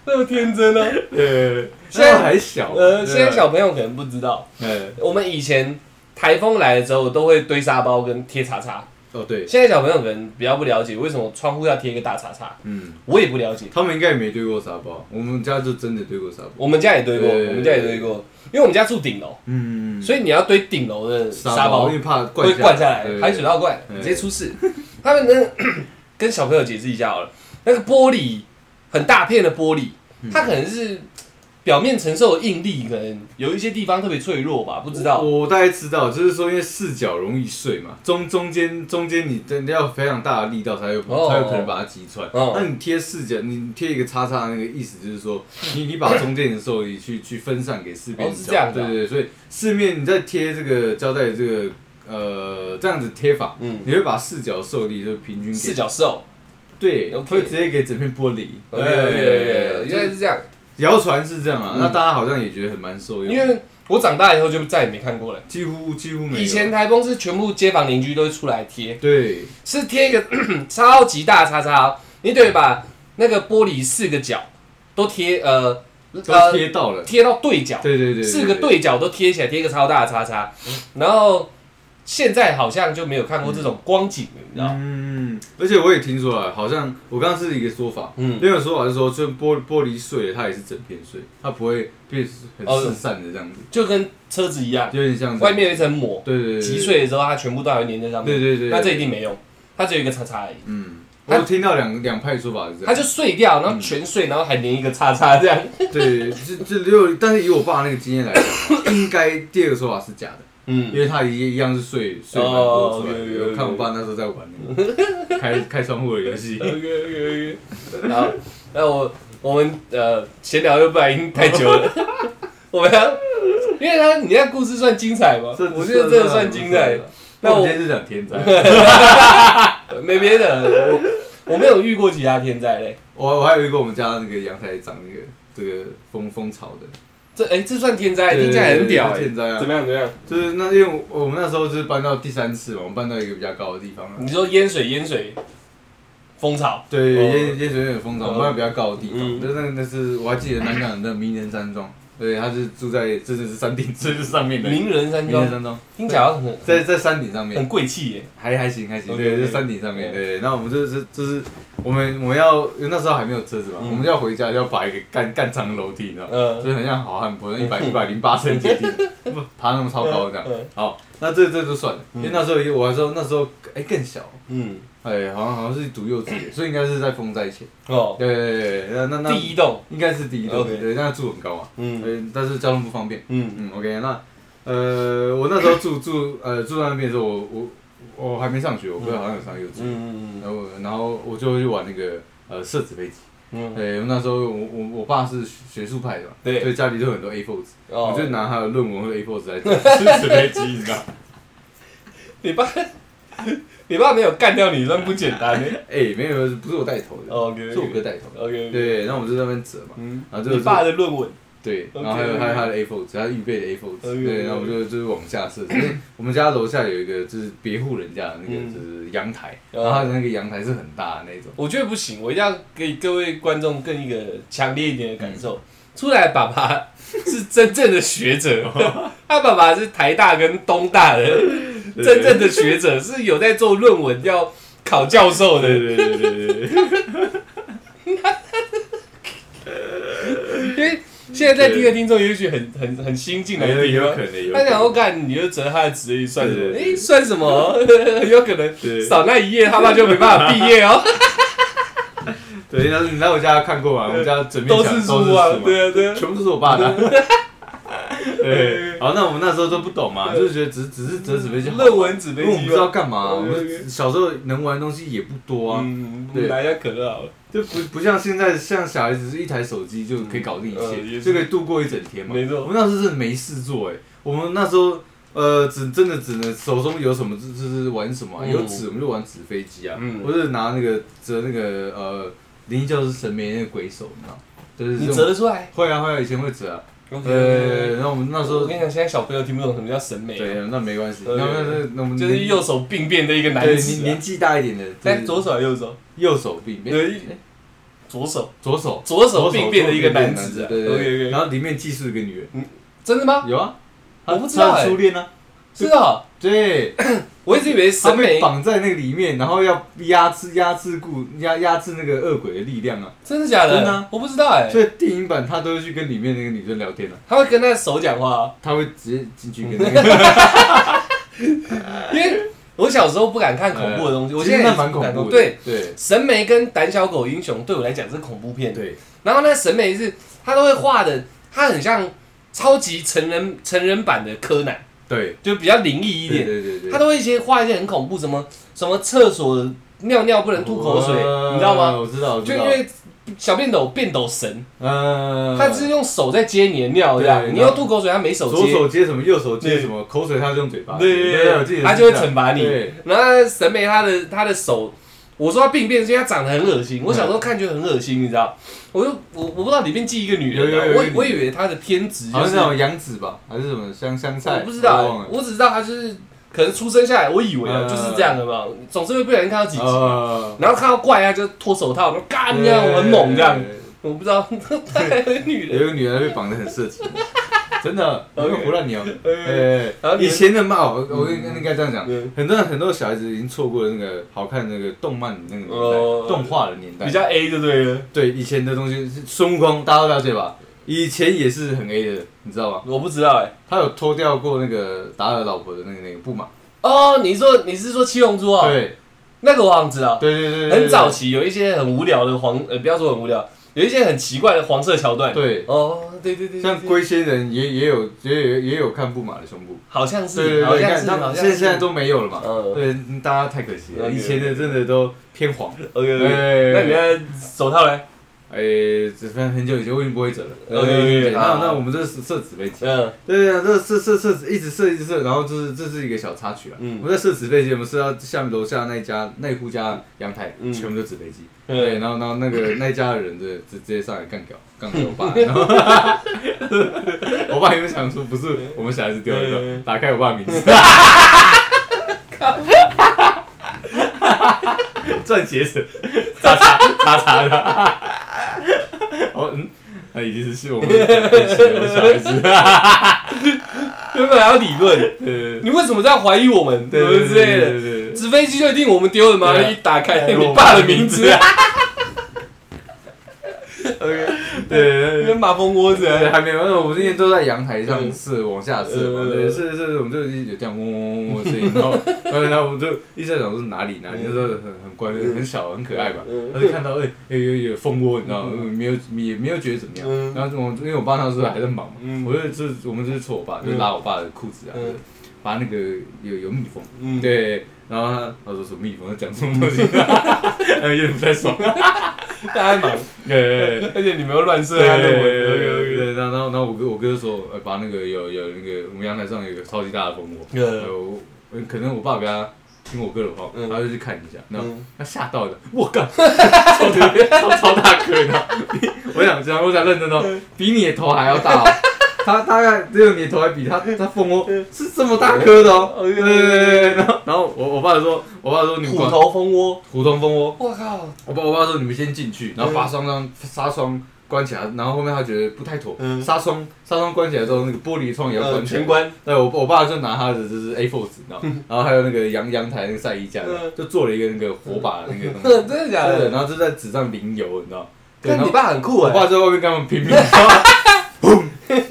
Speaker 2: 那么天真呢、
Speaker 1: 对，
Speaker 2: 现在
Speaker 1: 那还小啊，
Speaker 2: 呃，
Speaker 1: 对啊
Speaker 2: 现在小，朋友可能不知道，
Speaker 1: 哎，
Speaker 2: 我们以前台风来了之后都会堆沙包跟贴叉叉，
Speaker 1: 哦对，
Speaker 2: 现在小朋友可能比较不了解为什么窗户要贴一个大叉叉，
Speaker 1: 嗯，
Speaker 2: 我也不了解。
Speaker 1: 他们应该也没堆过沙包，我们家就真的堆过沙包，
Speaker 2: 我们家也堆过，
Speaker 1: 对
Speaker 2: 我们家也堆过，因为我们家住顶楼，
Speaker 1: 嗯，
Speaker 2: 所以你要堆顶楼的沙包
Speaker 1: 因为怕灌
Speaker 2: 会灌下来
Speaker 1: 对，
Speaker 2: 排水道灌，
Speaker 1: 对
Speaker 2: 直接出事。他们呢，跟小朋友解释一下好了，那个玻璃很大片的玻璃，它可能是表面承受的应力，可能有一些地方特别脆弱吧，不知道。
Speaker 1: 我大概知道，就是说因为视角容易碎嘛，中中间中间你真的要非常大的力道才有、
Speaker 2: 哦
Speaker 1: 才有可能把它击穿。
Speaker 2: 哦
Speaker 1: 那你贴视角，你贴一个叉叉，那个意思就是说，你你把中间的受力去去分散给四边
Speaker 2: 哦
Speaker 1: 角，
Speaker 2: 是这样子
Speaker 1: 对
Speaker 2: 啊
Speaker 1: 对对，所以四面你在贴这个胶带的这个呃这样子贴法，
Speaker 2: 嗯
Speaker 1: 你会把视角受力就平均给
Speaker 2: 四角兽，
Speaker 1: 对
Speaker 2: OK
Speaker 1: 会直接给整片玻璃。
Speaker 2: 对对对对，原
Speaker 1: 就
Speaker 2: 来
Speaker 1: 是
Speaker 2: 是这样。
Speaker 1: 谣传是这样啊，
Speaker 2: 嗯
Speaker 1: 那大家好像也觉得很蛮受用，
Speaker 2: 因为我长大以后就再也没看过了。
Speaker 1: 几乎几乎没有
Speaker 2: 以前台风是全部街坊邻居都会出来贴，
Speaker 1: 对。
Speaker 2: 是贴一个 [COUGHS] 超级大叉叉哦，你得把那个玻璃四个角都贴呃
Speaker 1: 都
Speaker 2: 呃
Speaker 1: 贴到了，
Speaker 2: 贴到对角，
Speaker 1: 对对对，嗯
Speaker 2: 四个对角都贴起来，贴一个超大的叉叉。然后现在好像就没有看过这种光景了，你知道吗？
Speaker 1: 嗯，而且我也听说了，好像我刚刚是一个说法，
Speaker 2: 嗯
Speaker 1: 另一个说法是说，就玻玻璃碎了，它也是整片碎，它不会变很四散的这样子，
Speaker 2: 就跟车子一样，
Speaker 1: 有点像
Speaker 2: 外面有一层膜，
Speaker 1: 对对对
Speaker 2: 击，碎了之后它全部都还会粘在上面。
Speaker 1: 对对对，
Speaker 2: 那这一定没用，它只有一个叉叉而已，
Speaker 1: 嗯，我听到两两派说法是这
Speaker 2: 它
Speaker 1: 样，
Speaker 2: 就碎掉，然后全碎，然后还粘一个叉叉这样。
Speaker 1: 对，这这六，但是以我爸那个经验来讲，应该第二个说法是假的，因
Speaker 2: 嗯，
Speaker 1: 为他一一样是碎碎蛮多出来，我看我爸那时候在玩开开窗户的游戏，
Speaker 2: 然后那我我们呃闲聊又不然已经太久了， [LAUGHS] 我们要。因为他，你那故事算精彩吗？我觉得这个算精彩。。
Speaker 1: 那我们今天是讲天灾。
Speaker 2: [LAUGHS] 没别的，我我没有遇过其他天灾嘞。
Speaker 1: 我我还有一个我们家那个阳台长那个这个蜂蜂巢的，
Speaker 2: 这哎、这算天灾，
Speaker 1: 对
Speaker 2: 听起来很屌哎、
Speaker 1: 天灾啊！
Speaker 2: 么样怎么样？
Speaker 1: 就是那因为我我们那时候就是搬到第三次嘛，我们搬到一个比较高的地方了。
Speaker 2: 你说淹水淹水，蜂巢，
Speaker 1: 对，
Speaker 2: 哦
Speaker 1: 烟烟水有点蜂巢，
Speaker 2: 哦
Speaker 1: 我们搬到比较高的地
Speaker 2: 嗯
Speaker 1: 方。就是那个那是我还记得南港的名人山庄，对，他是住在这就是山顶，这就是上面的名
Speaker 2: 名人山
Speaker 1: 人
Speaker 2: 庄，
Speaker 1: 山庄，
Speaker 2: 听起来好像很
Speaker 1: 在在山顶上面
Speaker 2: 很。贵气耶。
Speaker 1: 还还行还行，
Speaker 2: OK，
Speaker 1: 对，
Speaker 2: OK
Speaker 1: 在山顶上面，
Speaker 2: 对
Speaker 1: 对。那我们就是就是我们我们要因为那时候还没有车子嘛，
Speaker 2: 嗯
Speaker 1: 我们要回家就要爬一个干干长的楼梯，你知道吗？
Speaker 2: 嗯、
Speaker 1: 就是很像好汉坡，一百一百
Speaker 2: [LAUGHS]
Speaker 1: 零八层阶梯，不爬那么超高这样
Speaker 2: 嗯。
Speaker 1: 好，那这这就算了，因为那时候也我还说那时候哎更小，
Speaker 2: 嗯，
Speaker 1: 哎好像好像是读幼稚园，所以应该是在风灾前。
Speaker 2: 哦，
Speaker 1: 对对对，对那那那
Speaker 2: 嗯第一栋，
Speaker 1: 应该是第一栋，
Speaker 2: OK
Speaker 1: 对，那住很高嘛，
Speaker 2: 嗯
Speaker 1: 对，但是交通不方便。
Speaker 2: 嗯
Speaker 1: 嗯，OK，那呃我那时候住住呃住在那边的时候，我我我还没上学，我不知道好像有上幼稚园，
Speaker 2: 嗯嗯
Speaker 1: 然后然后我就去玩那个呃射纸飞机。
Speaker 2: 嗯，
Speaker 1: 对，那时候我我我爸是学术派的嘛，
Speaker 2: 对
Speaker 1: 所以家里就有很多 A4 纸。
Speaker 2: 哦
Speaker 1: 我就拿他的论文和 A4 纸
Speaker 2: [LAUGHS]
Speaker 1: 来做纸飞机，你知道？
Speaker 2: 你爸，你爸没有干掉你，算不简单欸
Speaker 1: [LAUGHS]
Speaker 2: 耶。
Speaker 1: 哎、没有，不是我带头的，
Speaker 2: OK，
Speaker 1: 是我哥带头的。
Speaker 2: OK，
Speaker 1: 对，然后我们就在那边折嘛，
Speaker 2: 哦嗯，
Speaker 1: 然后就
Speaker 2: 你爸的论文，
Speaker 1: 对，
Speaker 2: OK 哦
Speaker 1: 然后还有还有他的 A4 纸，他预备的 A4
Speaker 2: OK，OK
Speaker 1: 纸，对，然后我们就就是往下设置。因为我们家楼下有一个就是别户人家的那个
Speaker 2: 嗯
Speaker 1: 就是阳台，
Speaker 2: 啊
Speaker 1: 然后他的那个阳台是很大的那种。
Speaker 2: 我觉得不行，我一定要给各位观众更一个强烈一点的感
Speaker 1: 嗯
Speaker 2: 受。出来爸爸是真正的学
Speaker 1: [LAUGHS]
Speaker 2: 者，他爸爸是台大跟东大的真正的学者，是有在做论文要考教授的。
Speaker 1: 对对对对对，
Speaker 2: 因为现在在听的听众也许很很很新
Speaker 1: [LAUGHS]
Speaker 2: 进来
Speaker 1: 有
Speaker 2: 的地
Speaker 1: 哎有
Speaker 2: 方
Speaker 1: 可，能有可
Speaker 2: 他想
Speaker 1: 能。
Speaker 2: 说干你就折他的职业算什么？
Speaker 1: 对对
Speaker 2: 哎，算什么？ [LAUGHS] 很有可能
Speaker 1: 对
Speaker 2: 少那一页，他爸就没办法毕业 [LAUGHS] 哦。
Speaker 1: 对，你来你来我家看过吗？我们家整面
Speaker 2: 都
Speaker 1: 墙
Speaker 2: 是
Speaker 1: 都是
Speaker 2: 书啊，
Speaker 1: 嘛
Speaker 2: 对啊对啊。
Speaker 1: 全部都是我爸的。
Speaker 2: [LAUGHS]
Speaker 1: 对，好，那我们那时候都不懂嘛，就是觉得只只是折纸飞机好玩，
Speaker 2: 论文纸飞
Speaker 1: 因为我们
Speaker 2: 机
Speaker 1: 不知道干嘛，我
Speaker 2: OK，OK
Speaker 1: 们小时候能玩的东西也不多啊，
Speaker 2: 嗯，
Speaker 1: 对
Speaker 2: 买一下可乐好了。
Speaker 1: 就不不像现在，像小孩子是一台手机就可以搞定一
Speaker 2: 嗯也
Speaker 1: 切，
Speaker 2: 是
Speaker 1: 就可以度过一整天嘛。
Speaker 2: 没错
Speaker 1: 我们那时候是没事做哎、我们那时候呃只真的只能手中有什么就就是玩什么啊、
Speaker 2: 嗯
Speaker 1: 有纸我们就玩纸飞机啊，
Speaker 2: 嗯
Speaker 1: 或者拿那个折那个呃灵异教师神眉那个鬼手，你知道，就是这
Speaker 2: 你
Speaker 1: 种
Speaker 2: 折得出来？
Speaker 1: 会啊会啊，以前会折啊，呃，
Speaker 2: OK。
Speaker 1: 然后我们那时
Speaker 2: 我
Speaker 1: 候
Speaker 2: 跟你讲，现在小朋友听不懂什么叫审美，
Speaker 1: 对，那没关系，那
Speaker 2: 呃
Speaker 1: 那那那我们
Speaker 2: 就是
Speaker 1: 年
Speaker 2: 右手病变的一个男
Speaker 1: 对年
Speaker 2: 子啊
Speaker 1: 年。纪大一点的，
Speaker 2: 但
Speaker 1: 就是
Speaker 2: 左手还是右手？
Speaker 1: 右手病变，
Speaker 2: 对
Speaker 1: 哎
Speaker 2: 左手，
Speaker 1: 左手。
Speaker 2: 左手病变的一个男子啊。
Speaker 1: 对对
Speaker 2: OK
Speaker 1: 对。
Speaker 2: OK。
Speaker 1: 然后里面寄宿一个女人，
Speaker 2: 真的吗？
Speaker 1: 有啊，
Speaker 2: 我不知道
Speaker 1: 她
Speaker 2: 欸
Speaker 1: 的初恋啊，
Speaker 2: 是啊，
Speaker 1: 对，
Speaker 2: 我一直以为
Speaker 1: 她
Speaker 2: 审
Speaker 1: 被
Speaker 2: 美
Speaker 1: 绑在那个里面，然后要压制压制固压压制那个恶鬼的力量啊，
Speaker 2: 真的假的？
Speaker 1: 真的啊
Speaker 2: 我不知道哎。
Speaker 1: 所以电影版他都会去跟里面那个女生聊天啊，
Speaker 2: 他会跟他的手讲话啊，
Speaker 1: 他会直接进去跟
Speaker 2: [LAUGHS]
Speaker 1: 那个，
Speaker 2: 因为我小时候不敢看恐怖的东西，我
Speaker 1: 呃其
Speaker 2: 现
Speaker 1: 实
Speaker 2: 在
Speaker 1: 那
Speaker 2: 也
Speaker 1: 蛮
Speaker 2: 不敢
Speaker 1: 恐怖的，
Speaker 2: 对，
Speaker 1: 对
Speaker 2: 神眉跟胆小狗英雄对我来讲是恐怖片，
Speaker 1: 对，
Speaker 2: 然后那审美是，他都会画的，他很像超级成人成人版的柯南，
Speaker 1: 对
Speaker 2: 就比较灵异一
Speaker 1: 对
Speaker 2: 点。
Speaker 1: 对对对，
Speaker 2: 他都会一些画一些很恐怖，什么什么厕所尿尿不能吐口水，
Speaker 1: 呃
Speaker 2: 你知道吗？
Speaker 1: 我知道，我
Speaker 2: 就
Speaker 1: 知
Speaker 2: 因
Speaker 1: 道，
Speaker 2: 为小便斗便斗神，
Speaker 1: 呃，
Speaker 2: 他是用手在接你的尿，这
Speaker 1: 对
Speaker 2: 样
Speaker 1: 然后
Speaker 2: 你又吐口水，他没手
Speaker 1: 左
Speaker 2: 接。
Speaker 1: 手接什么，右手接
Speaker 2: 对
Speaker 1: 什么，口水他是用嘴巴，
Speaker 2: 对对
Speaker 1: 对
Speaker 2: 对
Speaker 1: 我记得是
Speaker 2: 他就会
Speaker 1: 这样
Speaker 2: 惩罚你
Speaker 1: 对
Speaker 2: 然后他的审美他的他的手，我说他病变，是因为他长得很恶
Speaker 1: 嗯
Speaker 2: 心。我小时候看觉得很恶心，你知道？我就我我不知道里面记一个女人
Speaker 1: 有有
Speaker 2: 啊，
Speaker 1: 有有
Speaker 2: 我
Speaker 1: 有
Speaker 2: 我以为他的天职
Speaker 1: 好
Speaker 2: 就是
Speaker 1: 像是那种杨紫吧，还是什么香香
Speaker 2: 我
Speaker 1: 菜，
Speaker 2: 不知道、
Speaker 1: 忘
Speaker 2: 欸
Speaker 1: 了，。
Speaker 2: 我只知道他就是可能出生下来，我以为啊、
Speaker 1: 嗯
Speaker 2: 就是这样的嘛，总是会不小心看到几集，
Speaker 1: 呃，
Speaker 2: 然后看到怪他就脱手套，然后嘎这
Speaker 1: 嗯
Speaker 2: 样很猛这样，我不知道 [LAUGHS] 他还有女
Speaker 1: 有
Speaker 2: 人，
Speaker 1: 一个女的被绑得很色情，真的，
Speaker 2: OK
Speaker 1: 有没有胡乱聊？
Speaker 2: 呃
Speaker 1: 哎
Speaker 2: 然后，你
Speaker 1: 以前的嘛，我我应该应该这样讲
Speaker 2: 对，
Speaker 1: 很多很多小孩子已经错过了那个好看的那个动漫的那个年
Speaker 2: 哦
Speaker 1: 代，动画的年代
Speaker 2: 比。较 A 就对了，
Speaker 1: 对以前的东西，是孙悟空大家都了解吧？以前也是很 A 的，你知道吗？
Speaker 2: 我不知道哎、
Speaker 1: 他有脱掉过那个达尔老婆的那个那个布嘛？
Speaker 2: 哦，你说你是说七龙珠啊、
Speaker 1: 对
Speaker 2: 那个我好像知道，
Speaker 1: 对对对，对
Speaker 2: 很早。期有一些很无聊的黄，呃，不要说很无聊，有一些很奇怪的黄色桥段。
Speaker 1: 对，
Speaker 2: 哦，对对对，对
Speaker 1: 像
Speaker 2: 对
Speaker 1: 龟仙人也也有也有也有看布马的胸部，
Speaker 2: 好像是，
Speaker 1: 对对
Speaker 2: 好
Speaker 1: 对，
Speaker 2: 像
Speaker 1: 看
Speaker 2: 是，
Speaker 1: 他
Speaker 2: 好
Speaker 1: 们
Speaker 2: 像
Speaker 1: 现在
Speaker 2: 是
Speaker 1: 现在都没有了嘛。
Speaker 2: 嗯
Speaker 1: 对，大家太可惜了，
Speaker 2: OK
Speaker 1: 以前的真的都偏黄。
Speaker 2: ，OK，
Speaker 1: 对
Speaker 2: 呃那你的手套嘞？
Speaker 1: 哎，只分很久以前我已经不会折了。
Speaker 2: OK，OK，OK，
Speaker 1: 那
Speaker 2: 好
Speaker 1: 那我们这是设纸飞机。
Speaker 2: 嗯，
Speaker 1: 对对啊，这设设设纸一直设一直设，然后就是这是一个小插曲啊。
Speaker 2: 嗯
Speaker 1: 我们在设纸飞机，我们设到下面楼下那一家那一户家阳台，
Speaker 2: 嗯
Speaker 1: 全部都纸飞机。
Speaker 2: 嗯
Speaker 1: 对，然后然后那个那一家的人就直直接上来干掉干掉我
Speaker 2: [LAUGHS]
Speaker 1: 爸，然后我爸有没有想说不是我们小孩子丢的
Speaker 2: 嗯，
Speaker 1: 打开我爸名字，赚节省，叉叉叉叉的。哦嗯，那已经是我们的小孩子，
Speaker 2: 原本还要理论，
Speaker 1: [LAUGHS] 对
Speaker 2: 你为什么这样怀疑我们，对不
Speaker 1: 对
Speaker 2: 对之类的？
Speaker 1: 对
Speaker 2: 纸飞机就一定我们丢的吗？
Speaker 1: 对啊
Speaker 2: 一打开，你爸的名字，
Speaker 1: 啊。OK，对
Speaker 2: 跟马蜂窝子啊，
Speaker 1: [LAUGHS] 对，还没有，因为我们之前都在阳台上试往下射嘛，
Speaker 2: 嗯
Speaker 1: 对，是是，我们就一直有这样嗡嗡嗡嗡的声音，然后然后我们就一直在想说哪里哪里，那时候很很乖，很小很可爱吧
Speaker 2: 嗯，
Speaker 1: 他就看到哎有有有蜂窝，你知道吗？没有也没有觉得怎么
Speaker 2: 嗯
Speaker 1: 样，然后我因为我爸那时候还在忙嘛
Speaker 2: 嗯，
Speaker 1: 我就就是我们就是戳我爸，就拉我爸的裤子啊
Speaker 2: 嗯，
Speaker 1: 把那个有有蜜蜂，
Speaker 2: 嗯，
Speaker 1: 对，然后他他说什么蜜蜂，他讲什么东西， [LAUGHS] 有点不太爽， [LAUGHS]
Speaker 2: 大家忙，
Speaker 1: 对。
Speaker 2: 而且你们又乱射
Speaker 1: 对
Speaker 2: 他论文
Speaker 1: 对对
Speaker 2: ，OK，OK，OK，
Speaker 1: 对，然后然后然后我哥我哥就说，呃，把那个有有那个我们阳台上有一个超级大的蜂窝，呃
Speaker 2: 嗯
Speaker 1: 呃，我可能我爸给他听我哥的话，
Speaker 2: 嗯
Speaker 1: 他就去看一下，然后
Speaker 2: 嗯
Speaker 1: 他吓到了，我靠， [LAUGHS] 超大超超大颗，你知道？比我想讲，我想认真哦，比你的头还要大哦。他大概只有你的头还比他他蜂窝是这么大颗的哦，对对对对对。然后然后我我爸就说，我爸说你们
Speaker 2: 虎
Speaker 1: 管
Speaker 2: 头蜂窝，
Speaker 1: 虎头蜂窝，
Speaker 2: 我靠，
Speaker 1: 我爸我爸说你们先进去，然后
Speaker 2: 嗯
Speaker 1: 把双窗纱窗关起来，然后后面他觉得不太妥，
Speaker 2: 嗯
Speaker 1: 纱窗纱窗关起来之后，那个玻璃窗也要
Speaker 2: 呃
Speaker 1: 关起来。
Speaker 2: 全关，
Speaker 1: 对我我爸就拿他的就是 A4 纸，你知道吗，然后还有那个阳阳台那个晒衣架
Speaker 2: 嗯，
Speaker 1: 就做了一个那个火把的那个东
Speaker 2: [LAUGHS] 真的
Speaker 1: 西，
Speaker 2: 假
Speaker 1: 对，
Speaker 2: 的？
Speaker 1: 然后就在纸上淋油，你知道吗，对，
Speaker 2: 但
Speaker 1: 然后
Speaker 2: 你爸很酷
Speaker 1: 我
Speaker 2: 哎，
Speaker 1: 爸在外面跟他
Speaker 2: [LAUGHS]
Speaker 1: 们拼命，然后砰，干，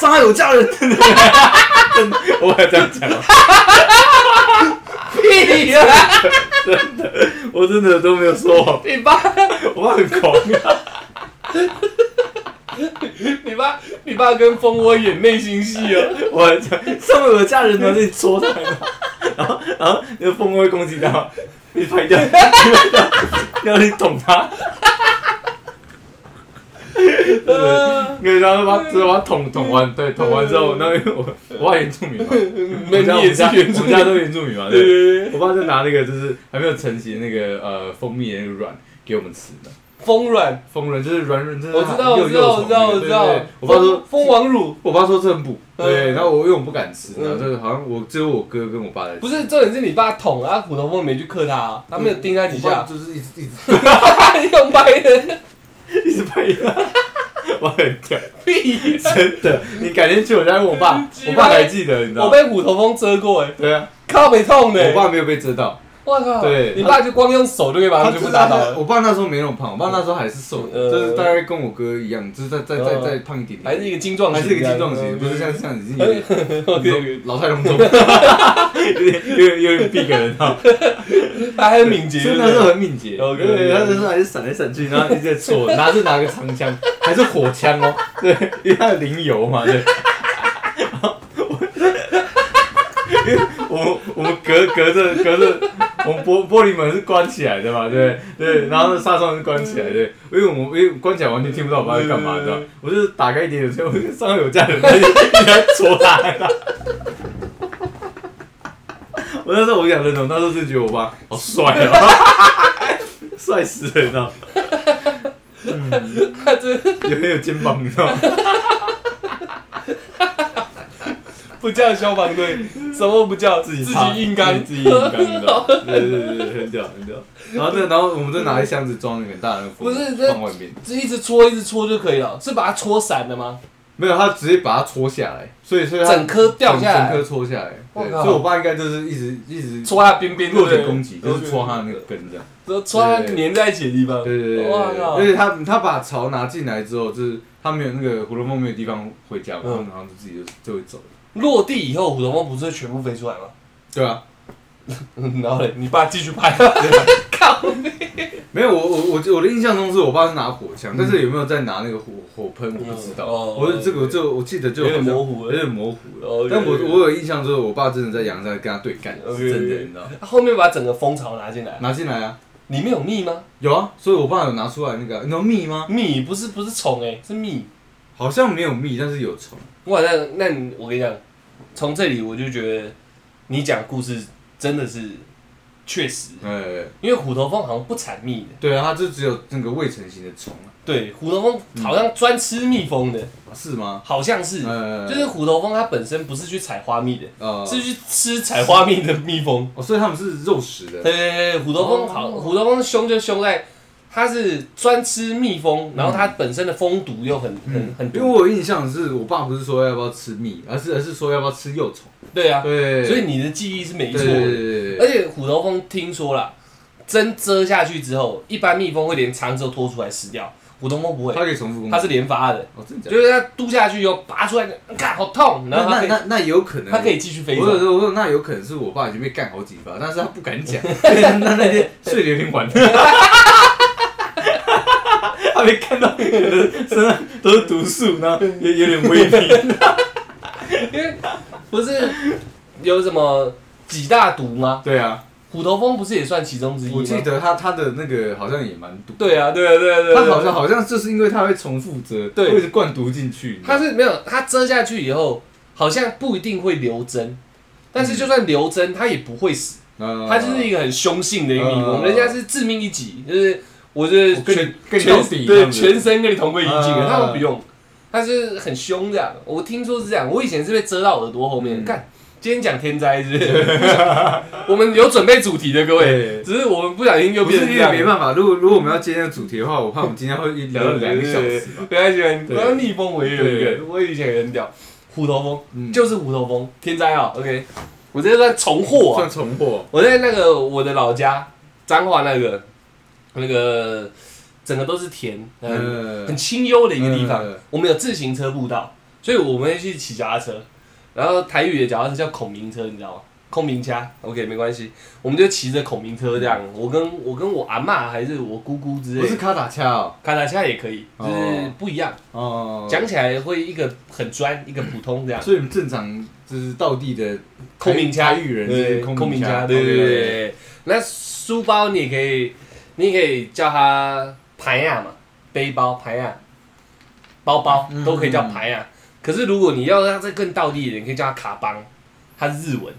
Speaker 1: 杀有家人，我还这样讲，
Speaker 2: 屁呀！
Speaker 1: 我真的都没有说谎，
Speaker 2: 你爸，
Speaker 1: [LAUGHS] 我爸很狂啊，
Speaker 2: [LAUGHS] 你爸，你爸跟蜂窝演内心戏哦。
Speaker 1: 我还讲上面有家人呢，你戳他，然后然后那个蜂窝会攻击他，你拍掉，你拍掉，然后你捅他。
Speaker 2: 呃
Speaker 1: 对，然后把只把它捅捅完，对，捅完之后，那因为我我爸原住民嘛，
Speaker 2: 那
Speaker 1: [LAUGHS] 我家
Speaker 2: 你也是原住
Speaker 1: 我
Speaker 2: 民
Speaker 1: 们家都原住民嘛，
Speaker 2: 对
Speaker 1: 对。
Speaker 2: 对对，
Speaker 1: 我爸就拿那个就是还没有成型的那个呃蜂蜜的那个软给我们吃的，
Speaker 2: 蜂卵，
Speaker 1: 蜂卵就是软软，就是
Speaker 2: 我知道，
Speaker 1: 幼
Speaker 2: 我知道，
Speaker 1: 幼
Speaker 2: 我
Speaker 1: 虫
Speaker 2: 知道，
Speaker 1: 那
Speaker 2: 我知
Speaker 1: 个对对对
Speaker 2: 道。
Speaker 1: 我爸说
Speaker 2: 蜂，蜂王乳
Speaker 1: 我爸说这很补，
Speaker 2: 嗯
Speaker 1: 对，然后我因为我不敢吃，
Speaker 2: 嗯
Speaker 1: 然后就是好像我只有我哥跟我爸在吃，
Speaker 2: 不是重点是你爸捅啊，虎头蜂没去克他啊，他没有叮他几
Speaker 1: 我爸
Speaker 2: 下，
Speaker 1: [LAUGHS] 就是一直一直
Speaker 2: 用掰的，
Speaker 1: 一直拍他， [LAUGHS] 我很屌，
Speaker 2: 屁呀！
Speaker 1: 真的，你改天去我家问我 [LAUGHS] 爸，我爸还记得，你知道
Speaker 2: 我
Speaker 1: 吗？
Speaker 2: 被虎头蜂蛰过哎，
Speaker 1: 对啊，
Speaker 2: 靠没痛的。
Speaker 1: 我爸没有被蛰到。
Speaker 2: 我靠！
Speaker 1: 对
Speaker 2: 你爸就光用手就可以把他
Speaker 1: 他
Speaker 2: 全
Speaker 1: 就
Speaker 2: 部
Speaker 1: 不
Speaker 2: 打
Speaker 1: 打
Speaker 2: 倒
Speaker 1: 倒
Speaker 2: 了。
Speaker 1: 我爸那时候没那么胖，我爸那时候还是瘦的，
Speaker 2: 嗯
Speaker 1: 就是大概跟我哥一样，就是再再再
Speaker 2: 嗯
Speaker 1: 再胖一点点，
Speaker 2: 还是一个精壮
Speaker 1: 还
Speaker 2: 型，
Speaker 1: 是一个精壮型，
Speaker 2: 嗯
Speaker 1: 不是像像已 [LAUGHS] 经有点
Speaker 2: 嗯
Speaker 1: 有点老态龙钟， [LAUGHS] 有点有点有点 big 了，你知道吗？
Speaker 2: 他还很敏捷，
Speaker 1: 所
Speaker 2: 对
Speaker 1: 以
Speaker 2: 不
Speaker 1: 那时候
Speaker 2: 对
Speaker 1: 很敏捷，
Speaker 2: OK，
Speaker 1: 对，
Speaker 2: OK
Speaker 1: 他就是还是闪来闪去，然后一直在戳，拿是拿个长枪，还是火枪
Speaker 2: [LAUGHS]
Speaker 1: 哦，对，因为他有淋油嘛，对。因为我们我们隔隔着隔着，我们玻玻璃门是关起来的嘛，对不对对，然后纱窗是关起来的，因为我们因为关起来完全听不到我爸在干嘛，
Speaker 2: 嗯
Speaker 1: 你知道吗？我就是打开一点点声，我就上面有家人在一直在 [LAUGHS] 戳他，你知道吗我那时候我想认同，那时候就觉得我爸好帅啊， [LAUGHS] 帅死人啊你知道吗
Speaker 2: 他这
Speaker 1: 有很有肩膀，你知道吗？
Speaker 2: 不叫消防队，什么不叫， [LAUGHS] 自己自己硬刚，
Speaker 1: 自己硬刚，你知道吗？对对对对，很屌很屌。然后这然后我们就拿一箱子装那个很大的那个
Speaker 2: 不 [LAUGHS] 是
Speaker 1: 蜂
Speaker 2: 这
Speaker 1: 放外面，
Speaker 2: 一直戳一直戳就可以了，是把它戳散了吗？
Speaker 1: 没有他直接把它戳下来，所以所以它
Speaker 2: 整颗掉下
Speaker 1: 整
Speaker 2: 来
Speaker 1: 颗，戳下来。
Speaker 2: 我
Speaker 1: 对，
Speaker 2: 靠
Speaker 1: 所以我爸应该就是一直一直
Speaker 2: 戳它边边，对
Speaker 1: 弱
Speaker 2: 不对
Speaker 1: 点攻击，就是戳他那个，根这样。
Speaker 2: 都戳它粘在一起的地方。
Speaker 1: 对对对对
Speaker 2: 哇
Speaker 1: 对，
Speaker 2: 靠
Speaker 1: 而且他他把巢拿进来之后，就是他没有那个胡萝卜没有地方回家嘛，
Speaker 2: 嗯
Speaker 1: 然后就自己就就会走了。
Speaker 2: 落地以后，虎头蜂不是会全部飞出来吗？ [LAUGHS]
Speaker 1: 对啊，
Speaker 2: 嗯然后嘞，你爸继续拍， [LAUGHS] 靠，
Speaker 1: 没有，我我我我的印象中是我爸是拿火枪，但是有没有在拿那个火火喷，我不知道。
Speaker 2: 嗯哦
Speaker 1: 我这个就我记得就
Speaker 2: 有点
Speaker 1: 好像
Speaker 2: 模糊了
Speaker 1: 有点模糊
Speaker 2: 哦
Speaker 1: 了。
Speaker 2: ，OK，
Speaker 1: 但我
Speaker 2: OK
Speaker 1: 我有印象就是我爸真的在阳台跟他对干，
Speaker 2: OK，
Speaker 1: 是真的，
Speaker 2: OK
Speaker 1: 你知
Speaker 2: [LAUGHS]
Speaker 1: 道吗？
Speaker 2: 后面把整个蜂巢拿进来，
Speaker 1: 拿进来啊，
Speaker 2: 里面有蜜吗？
Speaker 1: 有啊，所以我爸有拿出来那个，你知道蜜吗？
Speaker 2: 蜜不是不是虫哎，是蜜。
Speaker 1: 好像没有蜜，但是有虫。
Speaker 2: 哇，那那你我跟你讲，从这里我就觉得你讲故事真的是确实，
Speaker 1: 哎，
Speaker 2: 因为虎头蜂好像不产蜜的，
Speaker 1: 对啊，它就只有那个未成型的虫啊，
Speaker 2: 对，虎头蜂好像专吃蜜蜂的，
Speaker 1: 是吗？
Speaker 2: 好像是，
Speaker 1: 呃
Speaker 2: 就是虎头蜂它本身不是去采花蜜的，
Speaker 1: 呃，
Speaker 2: 是去吃采花蜜的蜜蜂。
Speaker 1: 哦，所以他们是肉食
Speaker 2: 对
Speaker 1: 的，
Speaker 2: 对对，对虎头蜂好，
Speaker 1: 哦
Speaker 2: 虎头蜂凶就凶在它是专吃蜜蜂，然后它本身的蜂毒又很很很
Speaker 1: 嗯因为
Speaker 2: 毒，
Speaker 1: 我有印象是我爸不是说要不要吃蜜，而是而是说要不要吃幼虫。
Speaker 2: 对啊，
Speaker 1: 对，
Speaker 2: 所以你的记忆是没
Speaker 1: 对
Speaker 2: 错
Speaker 1: 对对
Speaker 2: 的。
Speaker 1: 对对
Speaker 2: 而且虎头蜂听说啦，针蛰下去之后，一般蜜蜂会连肠子都拖出来死掉，虎头蜂不会
Speaker 1: 它，可以重复工
Speaker 2: 它
Speaker 1: 作。
Speaker 2: 是连发的，
Speaker 1: 哦，真的假
Speaker 2: 就
Speaker 1: 的？
Speaker 2: 是它嘟下去又拔出来，看好痛，然后它
Speaker 1: 那
Speaker 2: 可
Speaker 1: 那
Speaker 2: 以
Speaker 1: 那那有可能，
Speaker 2: 它可以继续飞
Speaker 1: 我有
Speaker 2: 走
Speaker 1: 时。候我说那有可能是我爸已经被干好几发，但是他不敢
Speaker 2: [LAUGHS]
Speaker 1: 讲，那那那天睡得有点晚，他没看到身上都是毒素，然后有有点
Speaker 2: [LAUGHS]
Speaker 1: 微力。
Speaker 2: 因为不是有什么几大毒吗？
Speaker 1: 对啊，
Speaker 2: 虎头蜂不是也算其中之一吗？
Speaker 1: 我记得他他的那个好像也蛮毒，
Speaker 2: 对啊，对啊，对啊，对啊。
Speaker 1: 他好像好像就是因为他会重复着，
Speaker 2: 对
Speaker 1: 会一直灌毒进去。
Speaker 2: 它是没有，它蛰下去以后，好像不一定会留针，但是就算刘真，他也不会死，
Speaker 1: 嗯
Speaker 2: 他就是一个很凶性的一个迷宫，
Speaker 1: 嗯
Speaker 2: 人家是致命一击，就是我就是
Speaker 1: 我跟你跟你到底
Speaker 2: 全
Speaker 1: 这
Speaker 2: 对
Speaker 1: 样子
Speaker 2: 全身跟你同归于尽
Speaker 1: 嗯
Speaker 2: 了，他们不用，他是很凶这样。我听说是这样，我以前是被遮到耳朵后面
Speaker 1: 嗯
Speaker 2: 干。今天讲天灾是不是， [LAUGHS] 我们有准备主题的各位
Speaker 1: 对，
Speaker 2: 只是我们不小心又
Speaker 1: 不
Speaker 2: 变
Speaker 1: 是
Speaker 2: 成
Speaker 1: 因
Speaker 2: 这
Speaker 1: 为
Speaker 2: 样
Speaker 1: 没。办法，如果如果我们要接这个主题的话，我怕我们今天会聊到两个小时吧。
Speaker 2: 不要喜欢，不
Speaker 1: 对
Speaker 2: 要逆风我也有一
Speaker 1: 对
Speaker 2: 个，我以前也很屌，虎头蜂、
Speaker 1: 嗯
Speaker 2: 就是虎头蜂，天灾啊、OK，我这算重获啊
Speaker 1: 算，重获，
Speaker 2: 我在那个我的老家彰化那个那个整个都是田，嗯，
Speaker 1: 呃
Speaker 2: 很清幽的一个地方，
Speaker 1: 嗯
Speaker 2: 我们有自行车步道，所以我们会去骑脚踏车，然后台语的脚踏车叫孔明车，你知道吗？孔明家，OK，没关系，我们就骑着孔明车这样，我跟我跟我阿嬷还是我姑姑之类
Speaker 1: 嗯不是
Speaker 2: 的，
Speaker 1: 卡打恰哦，
Speaker 2: 卡达恰也可以，就是
Speaker 1: 哦
Speaker 2: 不一样。
Speaker 1: 哦，
Speaker 2: 讲起来会一个很专，一个普通这样。
Speaker 1: 所以我们正常就是道地的
Speaker 2: 空明家
Speaker 1: 台语人
Speaker 2: 对，
Speaker 1: 是
Speaker 2: 空明
Speaker 1: 家，
Speaker 2: 家，对对对
Speaker 1: OK，OK
Speaker 2: 对。那书包你也可以，你也可以叫它盘呀嘛，背包盘呀，包包
Speaker 1: 嗯
Speaker 2: 都可以叫盘呀。可是如果你要让这更道地一点，你可以叫它卡邦，它是日文。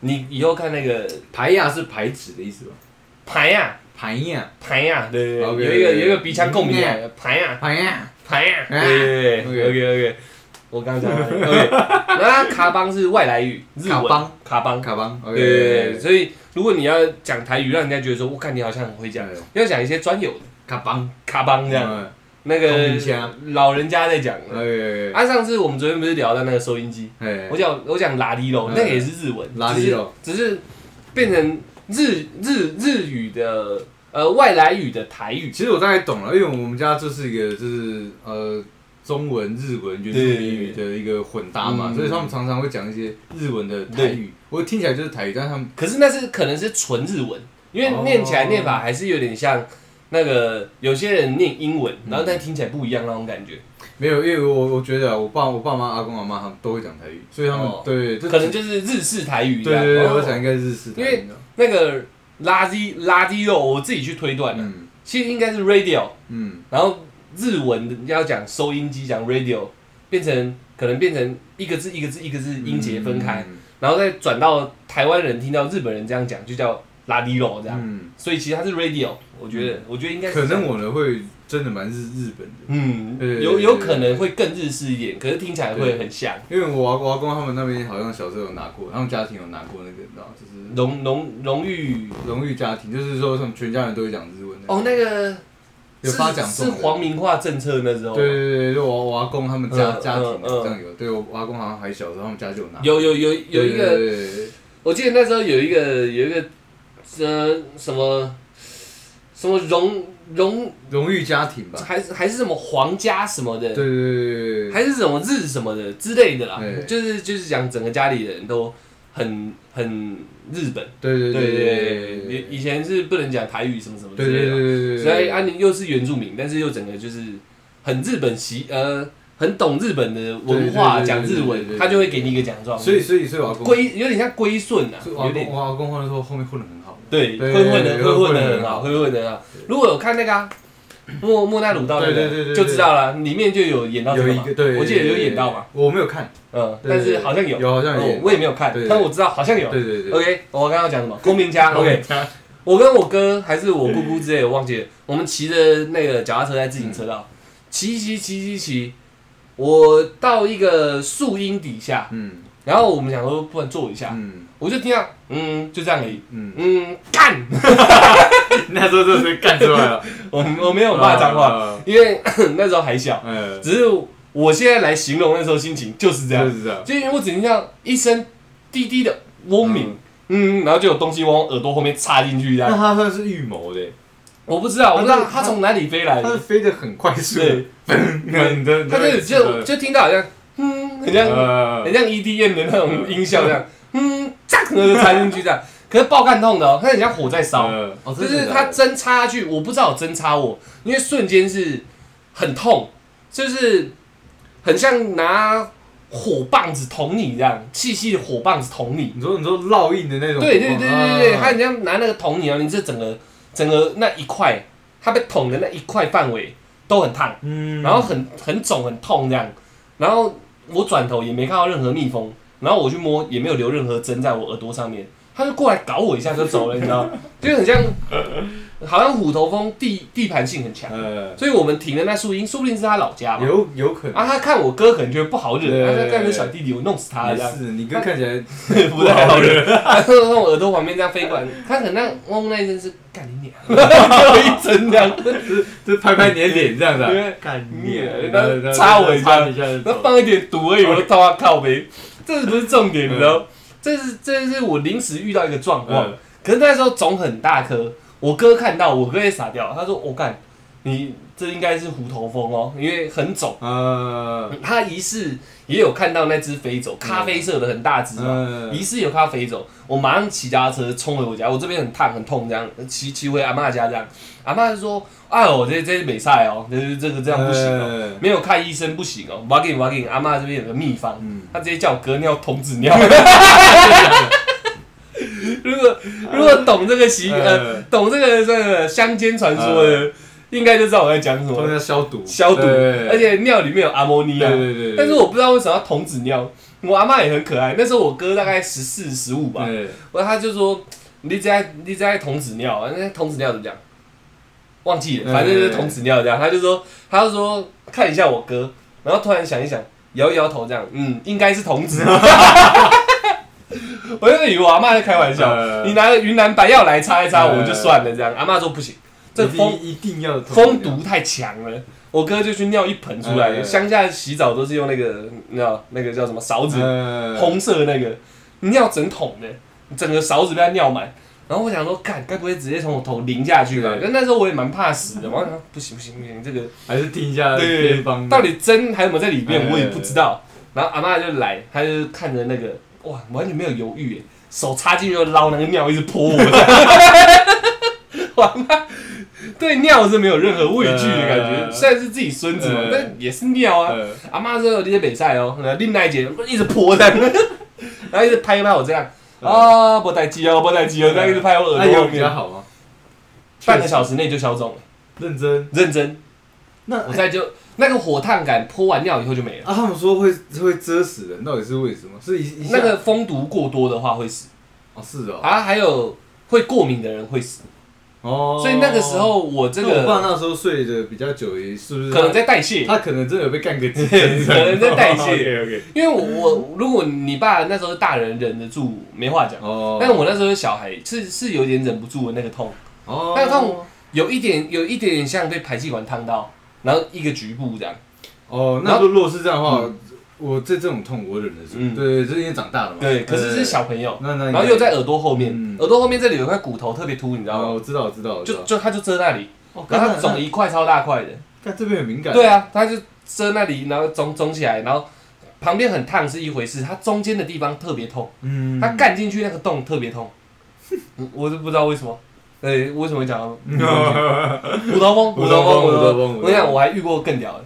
Speaker 2: 你以后看那个啊
Speaker 1: 排亚是排指的意思吧？
Speaker 2: 盘呀
Speaker 1: 排亚，
Speaker 2: 盘呀，啊对对
Speaker 1: OK，
Speaker 2: 对，有一个
Speaker 1: OK
Speaker 2: 有一个鼻腔共鸣啊，盘呀。
Speaker 1: 排亚，
Speaker 2: 盘呀，
Speaker 1: 啊
Speaker 2: 对对
Speaker 1: OK
Speaker 2: 对，OK OK，我刚讲完了 OK，那卡邦是外来语，日文
Speaker 1: 卡邦
Speaker 2: 卡邦，
Speaker 1: 卡邦
Speaker 2: 对
Speaker 1: ，OK，
Speaker 2: 对对，所以如果你要讲台语，让人家觉得说，我看你好像很会讲
Speaker 1: 对，
Speaker 2: 要讲一些专有的
Speaker 1: 呃卡邦
Speaker 2: 卡邦这样，
Speaker 1: 嗯
Speaker 2: 那
Speaker 1: 公
Speaker 2: 个
Speaker 1: 平虾
Speaker 2: 老人家在讲的。
Speaker 1: ，OK，
Speaker 2: 啊，上次我们昨天不是聊到那个收音机，
Speaker 1: 哎
Speaker 2: 我，讲我讲拉力喽，
Speaker 1: 嗯
Speaker 2: 那个也是日文，
Speaker 1: 拉力喽
Speaker 2: 只是，只是变成日日日语的呃外来语的台语，
Speaker 1: 其实我大概懂了，因为我们家就是一个就是呃中文、日文、原住民语的一个混搭嘛，
Speaker 2: 嗯
Speaker 1: 所以他们常常会讲一些日文的台语，我听起来就是台语，但是他们
Speaker 2: 可是那是可能是纯日文，因为念起来念法还是有点像那个有些人念英文，然后
Speaker 1: 嗯
Speaker 2: 但听起来不一样那种感觉，
Speaker 1: 没有，因为我我觉得啊我爸、我爸妈、阿公、阿妈他们都会讲台语，所以他们、
Speaker 2: 哦
Speaker 1: 对，就
Speaker 2: 可能就是日式台语
Speaker 1: 对
Speaker 2: 这样。
Speaker 1: 对对，
Speaker 2: 哦
Speaker 1: 我想应该是日式台
Speaker 2: 因
Speaker 1: 语，
Speaker 2: 为那个垃圾垃圾肉，我自己去推断的，
Speaker 1: 嗯
Speaker 2: 其实应该是 radio，
Speaker 1: 嗯
Speaker 2: 然后日文要讲收音机讲 radio，变成可能变成一个字一个字一个字音节分开，
Speaker 1: 嗯
Speaker 2: 然后再转到台湾人听到日本人这样讲，就叫垃圾肉这样。
Speaker 1: 嗯，
Speaker 2: 所以其实它是 radio，我觉得，我觉得应该是
Speaker 1: 可
Speaker 2: 这样
Speaker 1: 能我呢会真的蛮日日本的，
Speaker 2: 嗯
Speaker 1: 对，
Speaker 2: 有有可能会更日式一点，可是听起来会很像
Speaker 1: 因为我阿公、阿公他们那边好像小时候有拿过，他们家庭有拿过那个，你知道，就是
Speaker 2: 荣荣荣誉
Speaker 1: 荣誉家庭，就是说他们全家人都会讲日文的
Speaker 2: 哦，那个
Speaker 1: 有发奖
Speaker 2: 是是
Speaker 1: 状的
Speaker 2: 皇民化政策那时候吗，
Speaker 1: 对对对，就我我阿公他们家、
Speaker 2: 嗯
Speaker 1: 家庭
Speaker 2: 嗯嗯
Speaker 1: 这样有，对我我阿公好像还小时候，他们家就有拿。
Speaker 2: 有有有有一
Speaker 1: 对
Speaker 2: 个，
Speaker 1: 对对对
Speaker 2: 我记得那时候有一个有一个呃什么什么荣荣
Speaker 1: 荣誉家庭吧，
Speaker 2: 还是还是什么皇家什么
Speaker 1: 对
Speaker 2: 的，
Speaker 1: 对对对对，
Speaker 2: 还是什么日什么的之类的啦
Speaker 1: 对，
Speaker 2: 就是就是讲整个家里人都很很日本，
Speaker 1: 对
Speaker 2: 对
Speaker 1: 对对
Speaker 2: 对
Speaker 1: 对
Speaker 2: 对，
Speaker 1: 对
Speaker 2: 以以前是不能讲台语什么什么之
Speaker 1: 对
Speaker 2: 类
Speaker 1: 对
Speaker 2: 的嘛。
Speaker 1: 对对，
Speaker 2: 所以啊安宁又是原住民，但是又整个就是很日本习呃很懂日本的文化，
Speaker 1: 对对对对
Speaker 2: 讲日
Speaker 1: 对对对
Speaker 2: 文，他就会给你一个奖状，
Speaker 1: 所以所以所以我阿公，所
Speaker 2: 归有点像归顺啊，
Speaker 1: 以哦我阿
Speaker 2: 有
Speaker 1: 公
Speaker 2: 点
Speaker 1: 我阿公后来说后面混的很好，
Speaker 2: 对
Speaker 1: 对
Speaker 2: 会混的
Speaker 1: 对
Speaker 2: 会
Speaker 1: 会混
Speaker 2: 混的
Speaker 1: 得很
Speaker 2: 很
Speaker 1: 好
Speaker 2: 好，会混的很好。如果有看那个啊，莫莫奈鲁道那
Speaker 1: 对对对对
Speaker 2: 个就知道了，里面就有演到这
Speaker 1: 有一
Speaker 2: 嘛
Speaker 1: 个对，
Speaker 2: 我记得有演到嘛，，
Speaker 1: 我没有看，
Speaker 2: 嗯，
Speaker 1: 对
Speaker 2: 但
Speaker 1: 对对
Speaker 2: 是好像有，
Speaker 1: 有好像有
Speaker 2: 哦
Speaker 1: 演，
Speaker 2: 我也没有看
Speaker 1: 对，对
Speaker 2: 但我知道好像有。
Speaker 1: 对对对
Speaker 2: OK，我刚刚讲什么？公民家 OK，我跟我哥还是我姑姑之类的，我忘记了。我们骑着那个脚踏车在自行车道，骑骑骑骑骑，我到一个树荫底下，
Speaker 1: 嗯
Speaker 2: 然后我们想说，不然坐一下，
Speaker 1: 嗯
Speaker 2: 我就听到，嗯，就这样而已， [LAUGHS]
Speaker 1: 嗯，
Speaker 2: 嗯，干，
Speaker 1: 那时候就是干出来 [LAUGHS] 了，
Speaker 2: 我我没有骂脏话，
Speaker 1: 话，
Speaker 2: 因为 [COUGHS] 那时候还小，
Speaker 1: 呃，
Speaker 2: 只是我现在来形容那时候心情就是这
Speaker 1: 就
Speaker 2: 样，
Speaker 1: 是这样，
Speaker 2: 就因为我只听到一声滴滴的嗡鸣，嗯，然后就有东西往我耳朵后面插进去这
Speaker 1: 那
Speaker 2: 样，
Speaker 1: 他算是预谋的，
Speaker 2: 我不知道，我不知
Speaker 1: 那
Speaker 2: 道
Speaker 1: 那
Speaker 2: 它从哪里飞来
Speaker 1: 他
Speaker 2: 的
Speaker 1: 是。飞得很快速，
Speaker 2: 对，
Speaker 1: [LAUGHS] 你的
Speaker 2: 他就就就听到好像，嗯，很像
Speaker 1: 呃
Speaker 2: 很像 EDM 的那种音效这样，嗯，炸，然后就插进去这样。可是爆干痛的哦，它很像火在烧，
Speaker 1: 哦，
Speaker 2: 就是它针插下去，我不知道有针插我，因为瞬间是很痛，就是很像拿火棒子捅你这样，细细的火棒子捅你。
Speaker 1: 你说你说烙印的那种，啊
Speaker 2: 对对对对对对，它很像拿那个捅你啊，你这整个整个那一块，它被捅的那一块范围都很烫。
Speaker 1: 嗯
Speaker 2: 然后很很肿很痛这样，然后我转头也没看到任何蜜蜂，然后我去摸也没有留任何针在我耳朵上面，他就过来搞我一下就走了，你知
Speaker 1: [LAUGHS]
Speaker 2: 道吗，就很像，好像虎头蜂地地盘性很强，
Speaker 1: 呃，
Speaker 2: 所以我们停的那树荫说不定是他老家嘛，
Speaker 1: 有有可能
Speaker 2: 啊，他看我哥可能觉得不好
Speaker 1: 对
Speaker 2: 惹，他说干这小弟弟我弄死他
Speaker 1: 也
Speaker 2: 这样，
Speaker 1: 是，你哥看起来
Speaker 2: [LAUGHS] 不太好惹，他从我耳朵旁边这样飞过来，他可能那嗡那一声是干你娘， [LAUGHS] 就一针这样，
Speaker 1: 就拍拍你的脸这样子啊
Speaker 2: 对，
Speaker 1: 干
Speaker 2: 嗯
Speaker 1: 然后
Speaker 2: 插我一下
Speaker 1: 插你一下就
Speaker 2: 那
Speaker 1: 走，
Speaker 2: 放一点毒而已，我都他妈靠呗，这不是重点，你知道吗？这是这是我临时遇到一个状况，
Speaker 1: 嗯
Speaker 2: 可是那时候肿很大颗，我哥看到，我哥也傻掉，他说：“我、干，你这应该是虎头蜂哦，因为很肿。
Speaker 1: 呃，
Speaker 2: 他疑似也有看到那只飞走，咖啡色的很大只啊嘛，
Speaker 1: 呃
Speaker 2: 疑似有咖啡走。我马上骑脚踏车冲回我家，我这边很烫很痛，这样骑骑回阿嬷家这样。阿嬷就说：“哎呦，这这没赛哦，这这个这样不行哦。
Speaker 1: 呃
Speaker 2: 没有看医生不行哦，我给你，我给你，阿妈这边有个秘方，
Speaker 1: 嗯
Speaker 2: 她直接叫我哥尿童子尿。 [LAUGHS] 如果如果懂这个习呃
Speaker 1: 嗯
Speaker 2: 懂这个这个乡间传说的，应该就知道我在讲什
Speaker 1: 通
Speaker 2: 么
Speaker 1: 常消毒，
Speaker 2: 消毒，
Speaker 1: 哎对
Speaker 2: 而且尿里面有阿啊莫尼亚
Speaker 1: 对。对对，
Speaker 2: 但是我不知道为什么要童子尿，我阿妈也很可爱。那时候我哥大概十四十五吧，
Speaker 1: 对
Speaker 2: 我他就说你在你在童子尿啊，那童子尿怎么讲？忘记了，反正就是童子尿这样。他就说，他就说看一下我哥，然后突然想一想，摇一摇头这样，嗯，应该是童子。 [LAUGHS] 我就以为我阿妈在开玩笑，
Speaker 1: 呃
Speaker 2: 你拿个云南白药来擦一擦，
Speaker 1: 呃
Speaker 2: 我就算了这样。阿妈说不行，这
Speaker 1: 一定
Speaker 2: 风
Speaker 1: 一定要通
Speaker 2: 风毒太强了。我哥就去尿一盆出来，
Speaker 1: 呃
Speaker 2: 乡下洗澡都是用那个，你知道那个叫什么勺子，
Speaker 1: 呃
Speaker 2: 红色的那个，你尿整桶的，整个勺子被他尿满。然后我想说，干，该不会直接从我头淋下去吧？
Speaker 1: 对
Speaker 2: 但那时候我也蛮怕死的，我想说不行不行不行，这个
Speaker 1: 还是听一下
Speaker 2: 对
Speaker 1: 偏方，
Speaker 2: 到底针还有没有在里面，
Speaker 1: 哎
Speaker 2: 我也不知道。然后阿妈就来，她就看着那个，哇，完全没有犹豫耶，手插进去就捞那个尿，一直泼我。 [LAUGHS] 我阿妈对尿是没有任何畏惧的感觉，
Speaker 1: 呃
Speaker 2: 虽然是自己孙子嘛
Speaker 1: 呃，
Speaker 2: 但也是尿啊。
Speaker 1: 呃
Speaker 2: 阿妈说有这些北赛哦，另外一节一直泼这样， [LAUGHS] 然后一直拍拍我这样，啊，不带机哦，不带机哦，这样一直拍我耳
Speaker 1: 那
Speaker 2: 朵
Speaker 1: 哎有
Speaker 2: 后
Speaker 1: 比较
Speaker 2: 面，
Speaker 1: 好吗？
Speaker 2: 半个小时内就消肿了，
Speaker 1: 认真，
Speaker 2: 认真，
Speaker 1: 那
Speaker 2: 我再就那个火烫感，泼完尿以后就没了。
Speaker 1: 啊，他们说会会蛰死人，到底是为什么？是一一下
Speaker 2: 那个风毒过多的话会死，
Speaker 1: 哦，是哦，
Speaker 2: 啊，还有会过敏的人会死，
Speaker 1: 哦，
Speaker 2: 所以那个时候我这
Speaker 1: 那我爸
Speaker 2: 个
Speaker 1: 那时候睡的比较久，也是不是？
Speaker 2: 可能在代
Speaker 1: [LAUGHS]
Speaker 2: 谢，
Speaker 1: 他可能真的有被干个几针，
Speaker 2: 对
Speaker 1: [LAUGHS]
Speaker 2: 可能在代谢
Speaker 1: OK，
Speaker 2: 因为我我如果你爸那时候是大人忍得住，没话讲，
Speaker 1: 哦，
Speaker 2: 但是我那时候是小孩是是有点忍不住的那个痛。
Speaker 1: 哦，
Speaker 2: 那个痛有一点有一点点像被排气管烫到，然后一个局部这样。
Speaker 1: 哦，
Speaker 2: 然
Speaker 1: 那
Speaker 2: 后
Speaker 1: 如果是这样的话，我这这种痛我忍得住，
Speaker 2: 嗯
Speaker 1: 对，这因为长大了嘛，
Speaker 2: 对，可是是小朋友，
Speaker 1: 那那应
Speaker 2: 然
Speaker 1: 该
Speaker 2: 后又在耳朵后面，
Speaker 1: 嗯
Speaker 2: 耳朵后面这里有一块骨头特别凸，你知道
Speaker 1: 哦，
Speaker 2: 吗？
Speaker 1: 我知道，我知道，我知
Speaker 2: 就
Speaker 1: 道，
Speaker 2: 就它就遮那里，
Speaker 1: 哦
Speaker 2: 然后它
Speaker 1: 干
Speaker 2: 肿一块超大块的。
Speaker 1: 干这边很敏感，
Speaker 2: 对啊，它就遮那里，然后肿肿起来，然后旁边很烫是一回事，它中间的地方特别痛，
Speaker 1: 嗯， [LAUGHS]
Speaker 2: 它干进去那个洞特别痛，嗯我都不知道为什么。对，为什么会 [LAUGHS] 讲到啊
Speaker 1: 嗯
Speaker 2: 虎头蜂？虎头蜂，虎
Speaker 1: 虎头蜂虎
Speaker 2: 头
Speaker 1: 头
Speaker 2: 蜂！
Speaker 1: 蜂
Speaker 2: 我跟你讲，我还遇过更屌的，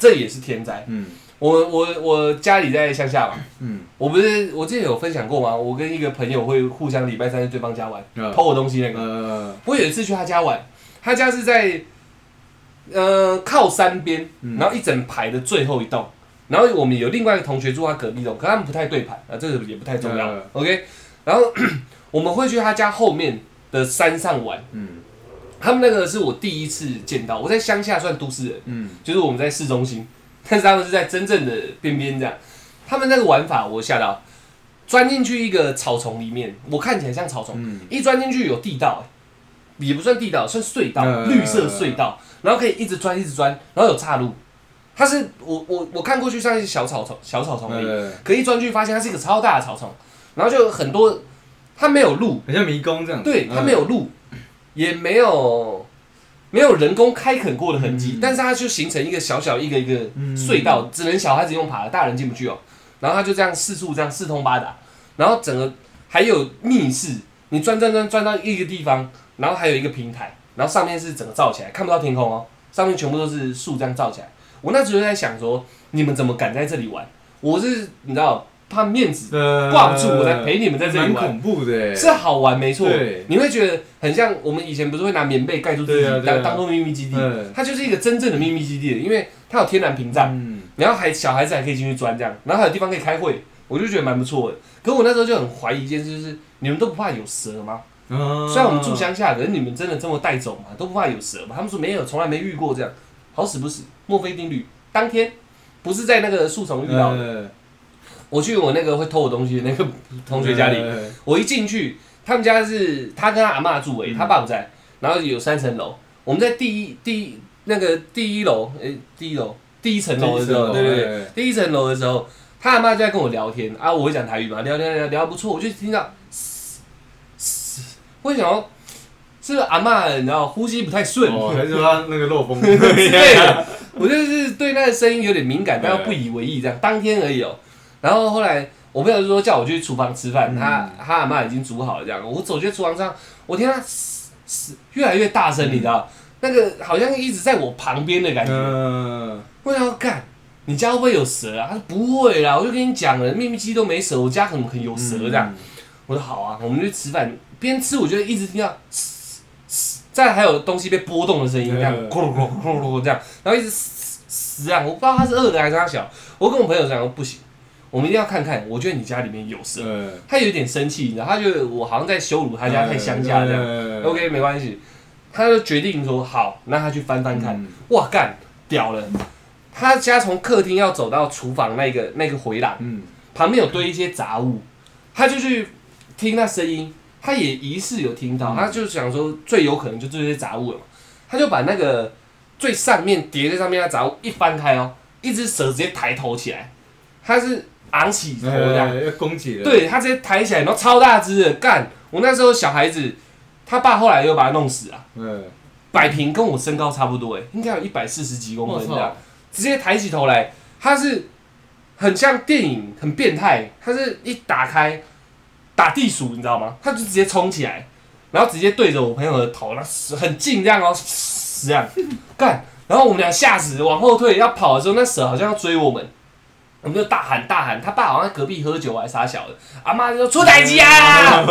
Speaker 2: 这也是天灾。
Speaker 1: 嗯
Speaker 2: 我我我家里在乡下嘛，
Speaker 1: 嗯，
Speaker 2: 我不是我之前有分享过吗？我跟一个朋友会互相礼拜三去对方家玩，
Speaker 1: 嗯
Speaker 2: 偷我东西那个。
Speaker 1: 呃，
Speaker 2: 我有一次去他家玩，他家是在呃靠山边，
Speaker 1: 嗯
Speaker 2: 然后一整排的最后一栋。然后我们有另外一个同学住他隔壁栋，可他们不太对盘啊，这个也不太重要。
Speaker 1: 嗯
Speaker 2: OK，然后 [CLEARS THROAT] 我们会去他家后面的山上玩。
Speaker 1: 嗯
Speaker 2: 他们那个是我第一次见到，我在乡下算都市人，
Speaker 1: 嗯
Speaker 2: 就是我们在市中心，但是他们是在真正的边边这样。他们那个玩法我吓到，钻进去一个草丛里面，我看起来像草丛，
Speaker 1: 嗯，
Speaker 2: 一钻进去有地道、欸也不算地道，算隧道，
Speaker 1: 嗯
Speaker 2: 绿色隧道，然后可以一直钻一直钻，然后有岔路。它是我我我看过去像一小草丛小草丛里，
Speaker 1: 呃，
Speaker 2: 可一钻进去发现它是一个超大的草丛，然后就有很多它没有路，
Speaker 1: 很像迷宫这样，呃
Speaker 2: 对，它没有路，也没有没有人工开垦过的痕迹，
Speaker 1: 嗯
Speaker 2: 但是它就形成一个小小一个一个
Speaker 1: 嗯
Speaker 2: 隧道，只能小孩子用爬的，大人进不去哦。然后它就这样四处这样四通八达，然后整个还有密室，你钻钻钻钻到一个地方，然后还有一个平台，然后上面是整个罩起来，看不到天空哦，上面全部都是树这样罩起来。我那时候就在想说，你们怎么敢在这里玩？我是你知道怕面子
Speaker 1: 呃，
Speaker 2: 挂不住，我才陪你们在这里
Speaker 1: 蛮
Speaker 2: 玩。
Speaker 1: 恐怖的欸，
Speaker 2: 是好玩没错
Speaker 1: 对，
Speaker 2: 你会觉得很像我们以前不是会拿棉被盖住自己，
Speaker 1: 对啊对啊
Speaker 2: 当当做秘密基地
Speaker 1: 嗯，
Speaker 2: 它就是一个真正的秘密基地，因为它有天然屏障，
Speaker 1: 嗯
Speaker 2: 然后还小孩子还可以进去钻这样，然后还有地方可以开会，我就觉得蛮不错的。可我那时候就很怀疑一件事，就是你们都不怕有蛇吗？
Speaker 1: 嗯
Speaker 2: 虽然我们住乡下，可是你们真的这么带走吗？都不怕有蛇吗？他们说没有，从来没遇过这样。好死不死，墨菲定律，当天不是在那个树丛遇到的。
Speaker 1: 呃
Speaker 2: 我去我那个会偷我东西的那个同学家里，
Speaker 1: 呃
Speaker 2: 我一进去，他们家是他跟他阿嬷住诶、
Speaker 1: 嗯
Speaker 2: 他爸不在，然后有三层楼，我们在第一第一那个第一楼，诶、第一楼第一层楼的时候，
Speaker 1: 第一层楼
Speaker 2: 对对对，
Speaker 1: 哎
Speaker 2: 第一层楼的时候，他阿嬷就在跟我聊天啊，我会讲台语嘛，聊聊聊聊不错，我就听到，我就想要，是不是阿嬷你知道呼吸不太顺，
Speaker 1: 哦，还是说他那个
Speaker 2: [LAUGHS]
Speaker 1: 漏风
Speaker 2: 之类的。 [LAUGHS] 我就是对那个声音有点敏感，但又不以为意，这样当天而已哦、然后后来我朋友就说叫我去厨房吃饭，
Speaker 1: 嗯
Speaker 2: 他他阿妈已经煮好了，这样我走去厨房上，我听他嘶嘶越来越大声，你知道，那个好像一直在我旁边的感觉。
Speaker 1: 嗯，
Speaker 2: 我想要干，你家会不会有蛇啊？他说不会啦，我就跟你讲了，秘密基地都没蛇，我家可能可能有蛇这样。我说好啊，我们去吃饭，边吃我就一直听到嘶，嘶再还有东西被波动的声音，这样
Speaker 1: 嗯
Speaker 2: 咕噜咕噜咕噜咕噜这样，然后一直嘶嘶这样，我不知道他是饿的还是他小。我跟我朋友讲不行，我们一定要看看，我觉得你家里面有
Speaker 1: 嗯，
Speaker 2: 蛇。
Speaker 1: 呃
Speaker 2: 他有点生气，你知道，他觉得我好像在羞辱他家太乡下这样。
Speaker 1: 样
Speaker 2: OK，没关系，他就决定说好，那他去翻翻看。哇干，屌了！他家从客厅要走到厨房那个那个回廊。
Speaker 1: 嗯，
Speaker 2: 旁边有堆一些杂物，他就去听那声音，他也疑似有听到，
Speaker 1: 嗯
Speaker 2: 他就想说最有可能就这些杂物了嘛，他就把那个最上面叠在上面的杂物一翻开哦，一只蛇直接抬头起来，它是昂起头这样，
Speaker 1: 呃要攻击了，
Speaker 2: 对，它直接抬起来，然后超大只的，干！我那时候小孩子，他爸后来又把他弄死啊，
Speaker 1: 嗯，
Speaker 2: 摆平跟我身高差不多诶、应该有一百四十几公
Speaker 1: 我
Speaker 2: 分这样
Speaker 1: 操，，
Speaker 2: 直接抬起头来，它是很像电影，很变态，它是一打开打地鼠，你知道吗？它就直接冲起来，然后直接对着我朋友的头，然后很近这样哦，这样干，然后我们俩吓死，往后退要跑的时候，那蛇好像要追我们。我们就大喊大喊，他爸好像在隔壁喝酒还是啥小的，阿妈就说出歹机啊，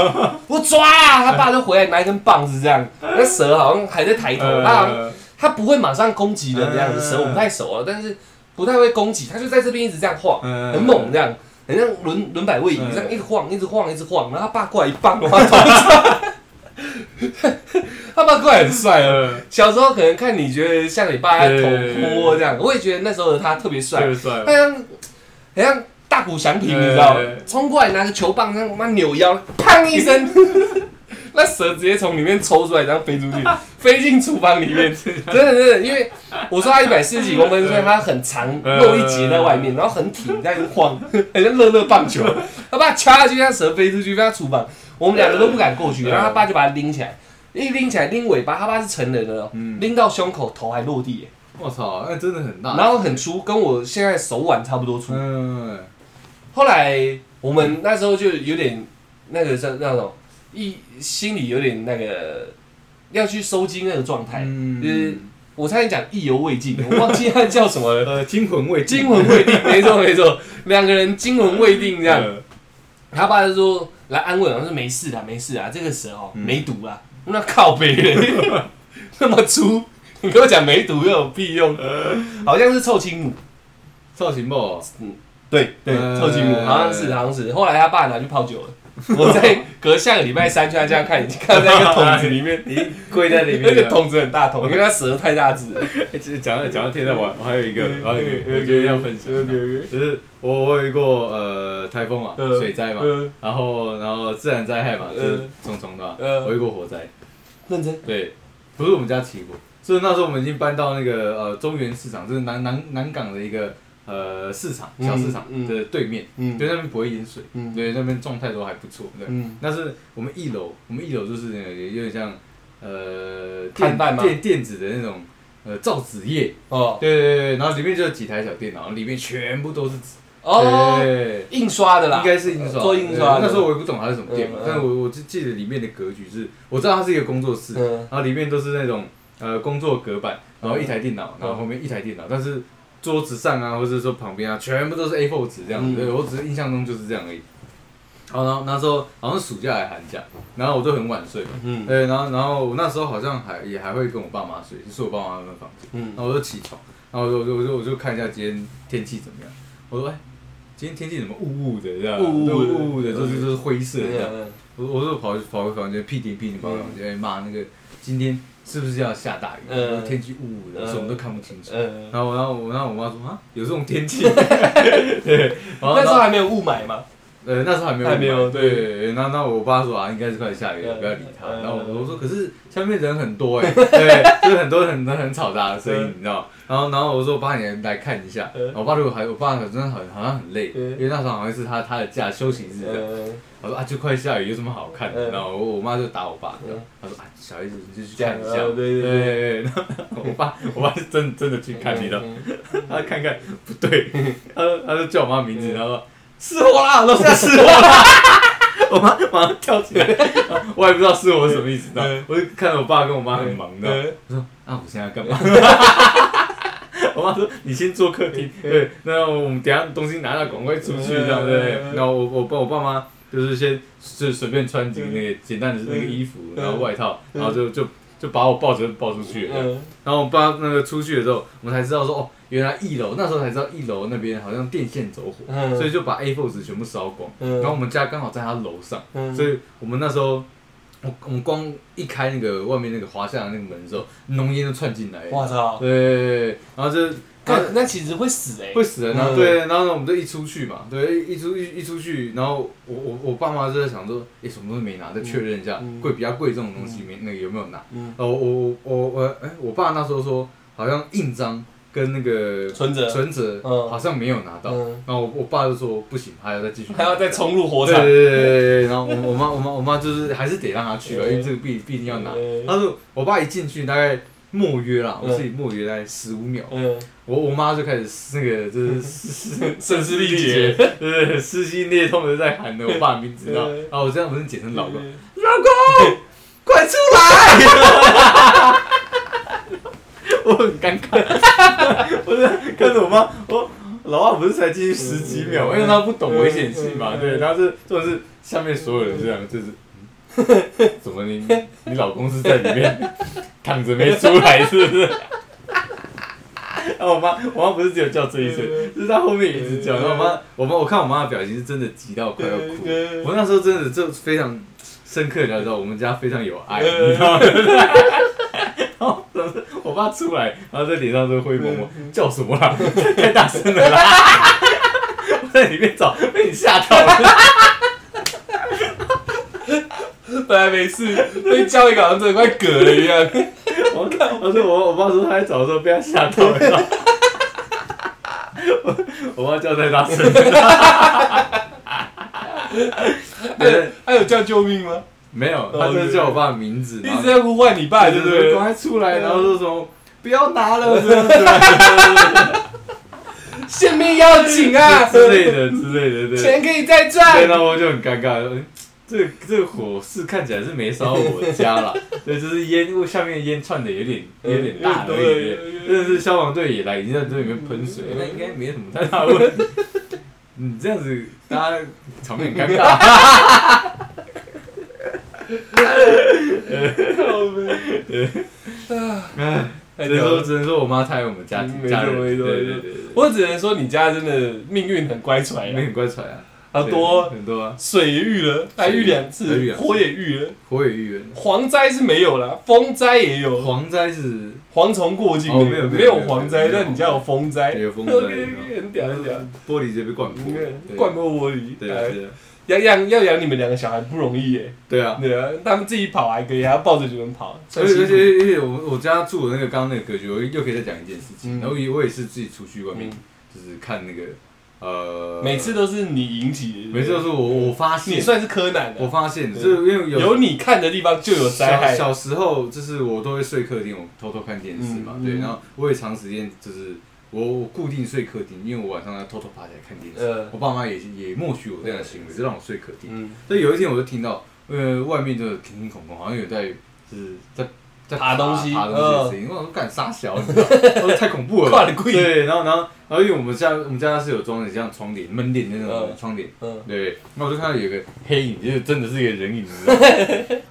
Speaker 2: 我抓啊！他爸就回来拿一根棒子这样，那蛇好像还在抬头，他好像
Speaker 1: 呃
Speaker 2: 它不会马上攻击人这样子，
Speaker 1: 嗯
Speaker 2: 蛇我不太熟了，但是不太会攻击，它就在这边一直这样晃，很猛，这样，很像轮轮摆位椅
Speaker 1: 嗯
Speaker 2: 这样一直晃，一直晃，一直晃，然后他爸过来一棒，然后他头上， [LAUGHS] 他爸过来很帅哦。
Speaker 1: 呃，
Speaker 2: 小时候可能看你觉得像你爸头
Speaker 1: 对
Speaker 2: 摸这样，我也觉得那时候的他特别帅，
Speaker 1: 帅帅
Speaker 2: 他，像很像大谷翔平，你知道吗
Speaker 1: 对？
Speaker 2: 冲过来拿个球棒，这样妈扭腰，砰一声， [LAUGHS] 那蛇直接从里面抽出来，然后飞
Speaker 1: [LAUGHS]
Speaker 2: 出去，飞进厨房里面。真的真的，因为我说它一百四十几公分，所以它很长，
Speaker 1: 嗯
Speaker 2: 露一截在外面，然后很挺，在那边晃， [LAUGHS] 很像乐乐棒
Speaker 1: [LAUGHS]
Speaker 2: 球。他把它掐下去，让蛇飞出去，被他厨房，我们两个都不敢过去，
Speaker 1: 嗯
Speaker 2: 然后他爸就把它拎起来。一拎起来，拎尾巴，他爸是成人了哦，
Speaker 1: 嗯啊
Speaker 2: 拎到胸口，头还落地耶，
Speaker 1: 我操，那真的很大，
Speaker 2: 然后很粗，跟我现在手腕差不多粗。
Speaker 1: 嗯，
Speaker 2: 后来我们那时候就有点那个叫那种一心里有点那个要去收精那个状态，
Speaker 1: 嗯
Speaker 2: 就是我差点讲意犹未尽，我忘记它叫什么
Speaker 1: [LAUGHS]
Speaker 2: 了，
Speaker 1: 呃，惊魂未
Speaker 2: 惊魂未定，没错没错，两个人惊魂未定
Speaker 1: 这
Speaker 2: 这样，，他爸就说来安慰我，他说没事啦没事啦，这个蛇哦、
Speaker 1: 嗯
Speaker 2: 没毒啦，那靠北
Speaker 1: [LAUGHS]
Speaker 2: 嘞，那么粗，你跟我讲没毒又有屁用？
Speaker 1: 嗯
Speaker 2: 好像是臭青母，
Speaker 1: 造型不？
Speaker 2: 对对，
Speaker 1: 呃
Speaker 2: 臭吉姆好像是好像是，后来他爸拿去泡酒了。
Speaker 1: [LAUGHS]
Speaker 2: 我在隔下个礼拜三去他家看，已经看到那个桶子里面，
Speaker 1: 你 [LAUGHS] 跪在啊里
Speaker 2: 那
Speaker 1: 面，
Speaker 2: 个桶子很大桶，因为它蛇太大只了。
Speaker 1: 欸其实讲到讲到天在玩，我还有一个，我还有一个，我觉得要分享。就是我我有遇过呃呃台风嘛，
Speaker 2: 嗯
Speaker 1: 水灾嘛，
Speaker 2: 嗯
Speaker 1: 然后然后自然灾害嘛，就是
Speaker 2: 嗯
Speaker 1: 重重的嘛。
Speaker 2: 嗯
Speaker 1: 我遇过火灾，
Speaker 2: 认真，
Speaker 1: 对，不是我们家起火，就是那时候我们已经搬到那个呃中原市场，就是南南南港的一个呃市场小市场
Speaker 2: 嗯嗯
Speaker 1: 的对面，
Speaker 2: 嗯
Speaker 1: 对那边不会淹水，
Speaker 2: 嗯
Speaker 1: 对那边状态都还不错，对。
Speaker 2: 嗯，
Speaker 1: 但是我们一楼，我们一楼就是呃有点像呃
Speaker 2: 摊
Speaker 1: 电
Speaker 2: 贩吗
Speaker 1: 电电子的那种呃造纸业，
Speaker 2: 哦
Speaker 1: 对对对，然后里面就有几台小电脑，里面全部都是纸，
Speaker 2: 哦，
Speaker 1: 对
Speaker 2: 印刷的啦
Speaker 1: 应，该是印刷，
Speaker 2: 做印刷的
Speaker 1: 对那时候我也不懂它是什么店嘛
Speaker 2: 嗯嗯，
Speaker 1: 但我我就记得里面的格局是，我知道它是一个工作室，
Speaker 2: 嗯
Speaker 1: 然后里面都是那种呃工作隔板，然后一台电脑，
Speaker 2: 嗯
Speaker 1: 然后后面一台电脑，但是桌子上啊，或者说旁边啊，全部都是 A4 纸这样
Speaker 2: 嗯
Speaker 1: 子。对我只是印象中就是这样而已。好，然后那时候好像暑假还寒假，然后我就很晚睡嘛，
Speaker 2: 嗯
Speaker 1: 对，然后然后我那时候好像还也还会跟我爸妈睡，就是我爸妈他们房间，
Speaker 2: 嗯
Speaker 1: 然后我就起床，然后我就我就我就我就看一下今天天气怎么样，我说哎、今天天气怎么雾雾的，这样
Speaker 2: 雾雾的
Speaker 1: 对雾雾的，就是就是灰色的这样。
Speaker 2: 嗯
Speaker 1: 我我就跑去跑回房间，屁颠屁颠跑回房间，哎妈，那个今天是不是要下大雨？
Speaker 2: 嗯
Speaker 1: 然后天气雾雾的，
Speaker 2: 嗯
Speaker 1: 什么都看不清楚。
Speaker 2: 嗯，
Speaker 1: 然后我然后我然后我妈说啊，有这种
Speaker 2: [LAUGHS]
Speaker 1: 天气？对，然后
Speaker 2: 那时候还没有雾霾嘛，
Speaker 1: 呃，那时候还没有，
Speaker 2: 还没有
Speaker 1: 对对对。那那我爸说啊，应该是快下雨了，
Speaker 2: 嗯
Speaker 1: 不要理他。
Speaker 2: 嗯
Speaker 1: 然后我说，我说可是下面人很
Speaker 2: [LAUGHS]
Speaker 1: 多哎，对，就是很多很很嘈杂的声音
Speaker 2: 嗯，
Speaker 1: 你知道吗？然后然后我说，我爸你来看一下。
Speaker 2: 嗯
Speaker 1: 然后我爸就还，我爸真的很好像很累，
Speaker 2: 嗯
Speaker 1: 因为那时候好像是他他的假休息日的。
Speaker 2: 嗯，
Speaker 1: 我说啊，就快下雨，有什么好看的？
Speaker 2: 嗯
Speaker 1: 然后我我妈就打我爸
Speaker 2: 嗯，
Speaker 1: 他说啊，小孩子你就去看一下
Speaker 2: 这。样哦对对
Speaker 1: 对
Speaker 2: 对
Speaker 1: 对。然后 [LAUGHS] 我爸我爸是真真的去看，你知道吗。
Speaker 2: 嗯，
Speaker 1: 他看看不 [LAUGHS] 对，他说他就叫我妈名字，
Speaker 2: 嗯
Speaker 1: 然后说是我啦，老师啊是我啦， [LAUGHS] 我妈马上跳起来， [LAUGHS] 我也不知道是我什么意思，你知道吗
Speaker 2: 嗯
Speaker 1: 我就看到我爸跟我妈很忙，你知道吗
Speaker 2: 嗯
Speaker 1: 我说啊，我现在要干嘛？ [LAUGHS] 我妈说：“你先坐客厅，对，那我们等一下东西拿到，赶快出去，这样对不对
Speaker 2: 嗯？
Speaker 1: 然后我我爸我爸妈就是先就随便穿几个那个简单的那个衣服，
Speaker 2: 嗯
Speaker 1: 然后外套，
Speaker 2: 嗯
Speaker 1: 然后就就就把我抱着抱出去了，这样
Speaker 2: 嗯
Speaker 1: 然后我爸那个出去的时候，我们才知道说哦，原来一楼那时候才知道一楼那边好像电线走火，
Speaker 2: 嗯
Speaker 1: 所以就把 A4 纸全部烧光。
Speaker 2: 嗯，
Speaker 1: 然后我们家刚好在他楼上，
Speaker 2: 嗯
Speaker 1: 所以我们那时候，我我们光一开那个外面那个滑下的那个门的时候，浓烟就窜进来。
Speaker 2: 我操，
Speaker 1: 对，然后就
Speaker 2: 那那其实会死哎，
Speaker 1: 会死人啊！
Speaker 2: 嗯
Speaker 1: 对，然后呢，我们就一出去嘛，对，一一出一一出去，然后我我我爸妈就在想说，诶，什么都没拿，再确认一下
Speaker 2: 嗯
Speaker 1: 贵比较贵这种东西没那个有没有拿？
Speaker 2: 嗯，
Speaker 1: 哦，我我我我，哎、我爸那时候说，好像印章跟那个
Speaker 2: 存折，
Speaker 1: 存折
Speaker 2: 嗯
Speaker 1: 好像没有拿到，
Speaker 2: 嗯，
Speaker 1: 然后我我爸就说不行，还要再继续，
Speaker 2: 还要再。冲入火
Speaker 1: 对对
Speaker 2: 场，
Speaker 1: 对对对对，然后我我妈我妈我妈就是还是得让他去吧，
Speaker 2: 嗯
Speaker 1: 因为这个必必定要拿。
Speaker 2: 嗯
Speaker 1: 他说我爸一进去大概默约啦，
Speaker 2: 嗯
Speaker 1: 我自己默约大概十五秒，
Speaker 2: 嗯，
Speaker 1: 我我妈就开始那
Speaker 2: [LAUGHS]
Speaker 1: 个就是嘶
Speaker 2: 声嘶力竭，
Speaker 1: 对，撕心裂痛的在喊着我爸的名字，
Speaker 2: [LAUGHS]
Speaker 1: 然后
Speaker 2: 嗯
Speaker 1: 然啊后我这样不是简称老公，
Speaker 2: 嗯
Speaker 1: 老公，快出来！ [LAUGHS] 我很尴尬，我在看着我妈，我老爸不是才进去十几秒，因为他不懂危险性嘛，对，然后是重点是下面所有人这样，就是嗯 [LAUGHS] 怎么你你老公是在里面躺着没出来是不是？然后我妈，我妈不是只有叫这一声，
Speaker 2: 嗯
Speaker 1: 就是她后面也一直叫。然后我妈，我妈，我看我妈的表情是真的急到快要
Speaker 2: 嗯
Speaker 1: 哭。我那时候真的就非常深刻了解到我们家非常有爱，
Speaker 2: 呃
Speaker 1: 你知道吗？然后总是我爸出来，然后在脸上都灰蒙
Speaker 2: 嗯
Speaker 1: 蒙，叫什么啦？ [LAUGHS] 太大声了啦！ [LAUGHS] 我在里面找，被你吓到了。
Speaker 2: 本来没事，被叫一个好像真的快嗝了一样，
Speaker 1: 我看，我说我我爸说他在找的时候被他吓到了。 [LAUGHS] 我我爸叫太大声 [LAUGHS] 了。对
Speaker 2: [LAUGHS] 还有叫救命吗？
Speaker 1: 没有，他就是叫我爸的名字，
Speaker 2: 一直在呼唤你爸，对
Speaker 1: 对
Speaker 2: 不
Speaker 1: 对，
Speaker 2: 对
Speaker 1: 赶？快出来，
Speaker 2: 嗯
Speaker 1: 然后说什么不要拿了，这样子
Speaker 2: 性命要紧啊
Speaker 1: 之类的之类
Speaker 2: [LAUGHS]
Speaker 1: 的，对。
Speaker 2: 钱可以再
Speaker 1: 对，
Speaker 2: 赚。
Speaker 1: 然后我就很尴尬，嗯这个这个火是看起来是没烧我家啦， [LAUGHS] 对，就是烟雾下面烟窜的有点有点大而已，真的是消防队也来，已经在这里面喷水，那应该没什么太大问
Speaker 2: 嗯
Speaker 1: 题。你这样子，大家场面很尴
Speaker 2: [LAUGHS]
Speaker 1: 尬。
Speaker 2: 啊
Speaker 1: 哎
Speaker 2: 太
Speaker 1: 只能
Speaker 2: 屌
Speaker 1: 说
Speaker 2: 了
Speaker 1: 只能说我妈太爱我们家
Speaker 2: 嗯
Speaker 1: 庭
Speaker 2: 没错
Speaker 1: 家人，
Speaker 2: 没
Speaker 1: 对
Speaker 2: 错
Speaker 1: 对
Speaker 2: 没错
Speaker 1: 对对，
Speaker 2: 啊我只能说你家真的命运很乖舛
Speaker 1: 因
Speaker 2: 啊
Speaker 1: 为，很乖舛啊，
Speaker 2: 好
Speaker 1: 对
Speaker 2: 多
Speaker 1: 很多啊，
Speaker 2: 水也遇了，还遇两
Speaker 1: 还遇
Speaker 2: 次，
Speaker 1: 两次
Speaker 2: 火也遇了，
Speaker 1: 火也预言，
Speaker 2: 蝗灾是没有啦，风灾也有，
Speaker 1: 蝗灾是
Speaker 2: 蝗虫过境
Speaker 1: 哦没有
Speaker 2: 没
Speaker 1: 没
Speaker 2: 有
Speaker 1: 有
Speaker 2: 蝗灾，
Speaker 1: 没有
Speaker 2: 但你家有风灾，[LAUGHS]
Speaker 1: 有风灾
Speaker 2: OK，OK，很屌很屌，
Speaker 1: 嗯玻璃直接被灌破，对
Speaker 2: 嗯灌破玻璃，
Speaker 1: 对啊
Speaker 2: 哎
Speaker 1: 对啊
Speaker 2: 要养要养你们两个小孩不容易耶，
Speaker 1: 对啊。
Speaker 2: 对啊，他们自己跑还可以，还要抱着你们跑，
Speaker 1: 而
Speaker 2: 算
Speaker 1: 且
Speaker 2: 辛
Speaker 1: 而
Speaker 2: 苦
Speaker 1: 且而且我我家住的那个刚刚那个格局，我又可以再讲一件事情。
Speaker 2: 嗯
Speaker 1: 然后我也是自己出去外面
Speaker 2: 嗯，
Speaker 1: 就是看那个呃，
Speaker 2: 每次都是你引起的，
Speaker 1: 每次都是我我发
Speaker 2: 你
Speaker 1: 现，
Speaker 2: 算是柯南啊
Speaker 1: 我
Speaker 2: 的，
Speaker 1: 发现，
Speaker 2: 对
Speaker 1: 就是因为
Speaker 2: 有你看的地方就有灾害
Speaker 1: 小。小时候就是我都会睡客厅，我偷偷看电视嘛，
Speaker 2: 嗯
Speaker 1: 对，
Speaker 2: 嗯
Speaker 1: 然后我也长时间就是我我固定睡客厅，因为我晚上要偷偷爬起来看电视，
Speaker 2: 嗯
Speaker 1: 我爸妈也也默许我这样的行为，就让我睡客厅。
Speaker 2: 嗯
Speaker 1: 所以有一天我就听到，呃，外面就有叮叮哐哐，好像有在就是在在
Speaker 2: 爬东西呃
Speaker 1: 爬东西的声音，我想说干傻小，你知道吗， [LAUGHS] 我说太恐怖了吧，
Speaker 2: 跨得贵
Speaker 1: 对，然后然后然后因为我们家我们家是有装的像窗帘门帘那种
Speaker 2: 嗯
Speaker 1: 窗帘，
Speaker 2: 嗯，
Speaker 1: 对，那我就看到有一个黑影，就是真的是一个人影，你
Speaker 2: [LAUGHS]
Speaker 1: 知道吗？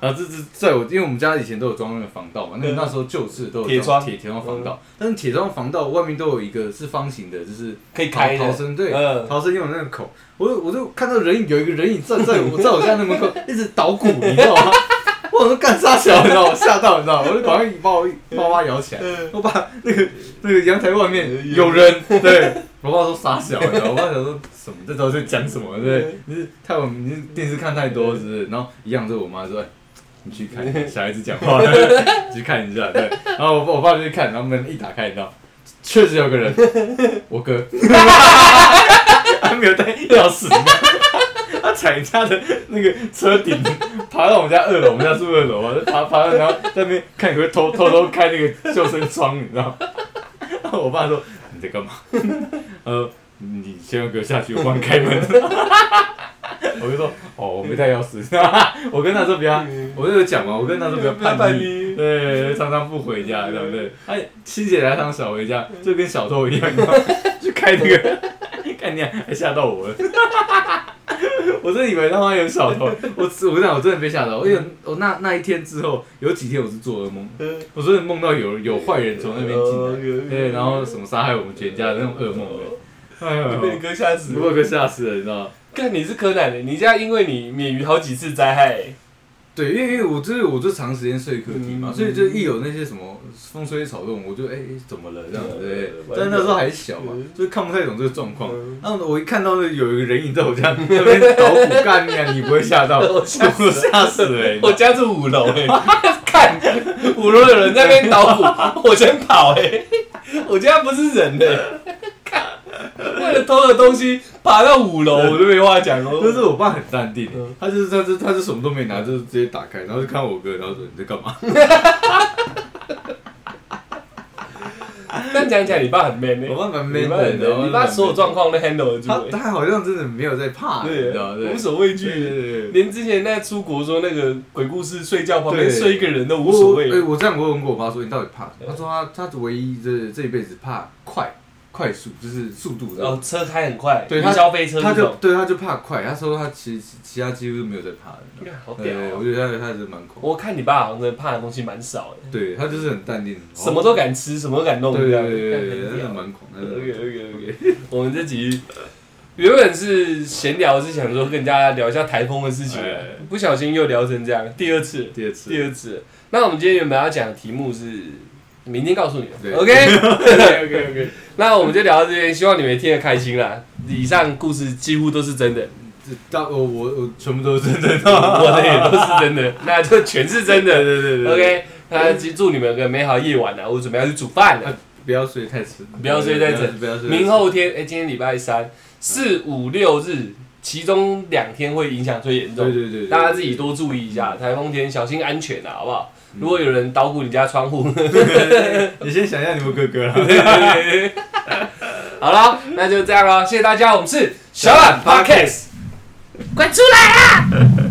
Speaker 1: 然后这是在我，因为我们家以前都有装那个防盗嘛，那个
Speaker 2: 嗯
Speaker 1: 那时候旧式都有
Speaker 2: 铁
Speaker 1: 装
Speaker 2: 窗嗯
Speaker 1: 铁铁窗防盗，但是铁窗防逃外面都有一个是方形的，就是
Speaker 2: 可以
Speaker 1: 逃
Speaker 2: 开
Speaker 1: 逃
Speaker 2: 的，
Speaker 1: 生对，
Speaker 2: 嗯，
Speaker 1: 逃生用的那个口，我就我就看到人影有一个人影站在我 [LAUGHS] 在我家那门口一直捣鼓，你知道吗？ [LAUGHS] 我想说干啥小，你知道吗我吓到，你知道吗？我就赶快把我妈妈摇起来，我把那个那个阳台外面嗯有人，对我爸说傻小，你知道吗我爸想说什么，这到底在讲什么？对，你是太我你是电视看太多是不是？然后一样，就是我妈说。哎你去看小孩子讲话，你去看一下，对。然后我爸我爸就去看，然后门一打开，你知道，确实有个人，我哥， [LAUGHS] 他没有带钥匙， [LAUGHS] 他踩人家的那个车顶，爬到我们家二楼，我们家住二楼啊， [LAUGHS] 爬爬到然后在那边看，会偷偷偷开那个救生窗，你知道吗？ [LAUGHS] 然后我爸说你在干嘛？ [LAUGHS] 他说你先给我下去，我帮你开门。 [LAUGHS] 我就说哦，我没带钥匙。 [LAUGHS] 我跟他说不要，我就有讲嘛，我跟他说不嗯要叛逆。
Speaker 2: 逆，
Speaker 1: 对，常常不回家，对不对？哎，七姐来趟小回家，就跟小偷一样， [LAUGHS] 然后去开那个， [LAUGHS] 看你还吓到我了。 [LAUGHS] 我真的以为他妈有小偷，我我跟你讲，我真的被吓到。因为我那那一天之后，有几天我是做噩梦，
Speaker 2: 嗯
Speaker 1: 我真的梦到有呃有坏人从那边进来，
Speaker 2: 进
Speaker 1: 对，然后什么杀害我们全家的那种噩梦的。哎
Speaker 2: 哦被你
Speaker 1: 呦，
Speaker 2: 哥吓死
Speaker 1: 如，果被吓死了，你知道吗？
Speaker 2: 看你是柯南的，你这样因为你免于好几次灾害，
Speaker 1: 对，因为因为我就是我就长时间睡客厅嘛，
Speaker 2: 嗯
Speaker 1: 所以就一有那些什么风吹草动，我就哎、怎么了这样子，
Speaker 2: 嗯
Speaker 1: 对
Speaker 2: 嗯。
Speaker 1: 但是那时候还小嘛
Speaker 2: 嗯，
Speaker 1: 就是看不太懂这个状况
Speaker 2: 嗯。
Speaker 1: 然后我一看到那有一个人影在我家那边捣鼓，干你啊，你不会吓
Speaker 2: [LAUGHS]
Speaker 1: 到？
Speaker 2: 我
Speaker 1: 我
Speaker 2: 吓死了
Speaker 1: 吓死了！
Speaker 2: 我家住五楼
Speaker 1: [LAUGHS]
Speaker 2: 哎、看五楼有人在那边捣
Speaker 1: [LAUGHS]
Speaker 2: 鼓，我先跑哎、我家不是人哎、看为了偷的东西爬到五楼，我就没话讲哦喽。
Speaker 1: 就是我爸很淡定
Speaker 2: 嗯，
Speaker 1: 他就是他就他就什么都没拿，就是直接打开，然后就看我哥，然后说你在干嘛？
Speaker 2: 但讲起来，你爸很 man 哎、
Speaker 1: 我爸蛮
Speaker 2: 你
Speaker 1: man
Speaker 2: 爸
Speaker 1: 的，
Speaker 2: 很
Speaker 1: 你知道
Speaker 2: man，
Speaker 1: 吗
Speaker 2: 你爸所有状况都 handle 得住、
Speaker 1: 他
Speaker 2: 欸，
Speaker 1: 他好像真的没有在怕，你知道
Speaker 2: 对，
Speaker 1: 对
Speaker 2: 无所畏
Speaker 1: 对
Speaker 2: 惧。
Speaker 1: 对对。
Speaker 2: 连之前在出国说那个鬼故事，睡觉旁边
Speaker 1: 对
Speaker 2: 睡一个人都无
Speaker 1: 我
Speaker 2: 所
Speaker 1: 哎、
Speaker 2: 谓，
Speaker 1: 我这样我问过我爸说你到底怕什么？他说他他唯一这这一辈子怕快快速，就是速度这
Speaker 2: 然
Speaker 1: 样。
Speaker 2: 后哦车开很快，
Speaker 1: 对
Speaker 2: 云
Speaker 1: 他
Speaker 2: 霄飞车
Speaker 1: 他
Speaker 2: 那
Speaker 1: 就
Speaker 2: 种，
Speaker 1: 对他就怕快，他说他其其其他几乎没有在怕的。
Speaker 2: 看好屌
Speaker 1: 对，
Speaker 2: 哦、
Speaker 1: 我觉得他他是蛮恐怖。
Speaker 2: 我看你爸好像真的怕的东西蛮少的。
Speaker 1: 对他就是很淡定，
Speaker 2: 什么都敢吃，什么都敢弄，
Speaker 1: 对对
Speaker 2: 这样
Speaker 1: 对对对，
Speaker 2: 干
Speaker 1: 他
Speaker 2: 很
Speaker 1: 是
Speaker 2: 屌
Speaker 1: 蛮恐怖
Speaker 2: OK
Speaker 1: 的。
Speaker 2: OK OK，我们这集原本是闲聊，是想说跟大家聊一下台风的事情
Speaker 1: 哎，
Speaker 2: 不小心又聊成这样，第二次，
Speaker 1: 第二次
Speaker 2: 第二次。那我们今天原本要讲的题目是，明天告诉你
Speaker 1: 对
Speaker 2: 了。OK，
Speaker 1: [LAUGHS] OK OK OK，
Speaker 2: 那我们就聊到这边，希望你们听得开心啦。以上故事几乎都是真的，
Speaker 1: 这大我我我全部都是
Speaker 2: [LAUGHS]
Speaker 1: 真的。
Speaker 2: 我的也都是真
Speaker 1: [LAUGHS]
Speaker 2: 的，那就全是真的。
Speaker 1: 对对对对
Speaker 2: OK，那祝你们有个美好夜晚啊！我准备要去煮饭
Speaker 1: [LAUGHS]
Speaker 2: 了。
Speaker 1: 不要睡太迟，
Speaker 2: 不要睡太迟
Speaker 1: 不要睡太迟。
Speaker 2: 明后天，哎、今天礼拜三、四五六日，其中两天会影响最严
Speaker 1: 对
Speaker 2: 重，
Speaker 1: 对对，对嗯
Speaker 2: 大家自己多注意一下。台风天小心安全啊，好不好？如果有人捣鼓你家窗
Speaker 1: [LAUGHS]
Speaker 2: 户， [LAUGHS]
Speaker 1: 你先想一下你们哥哥啦。啊
Speaker 2: 好了，那就这样了，谢谢大家，我们是小懒 Podcast，快出来啊！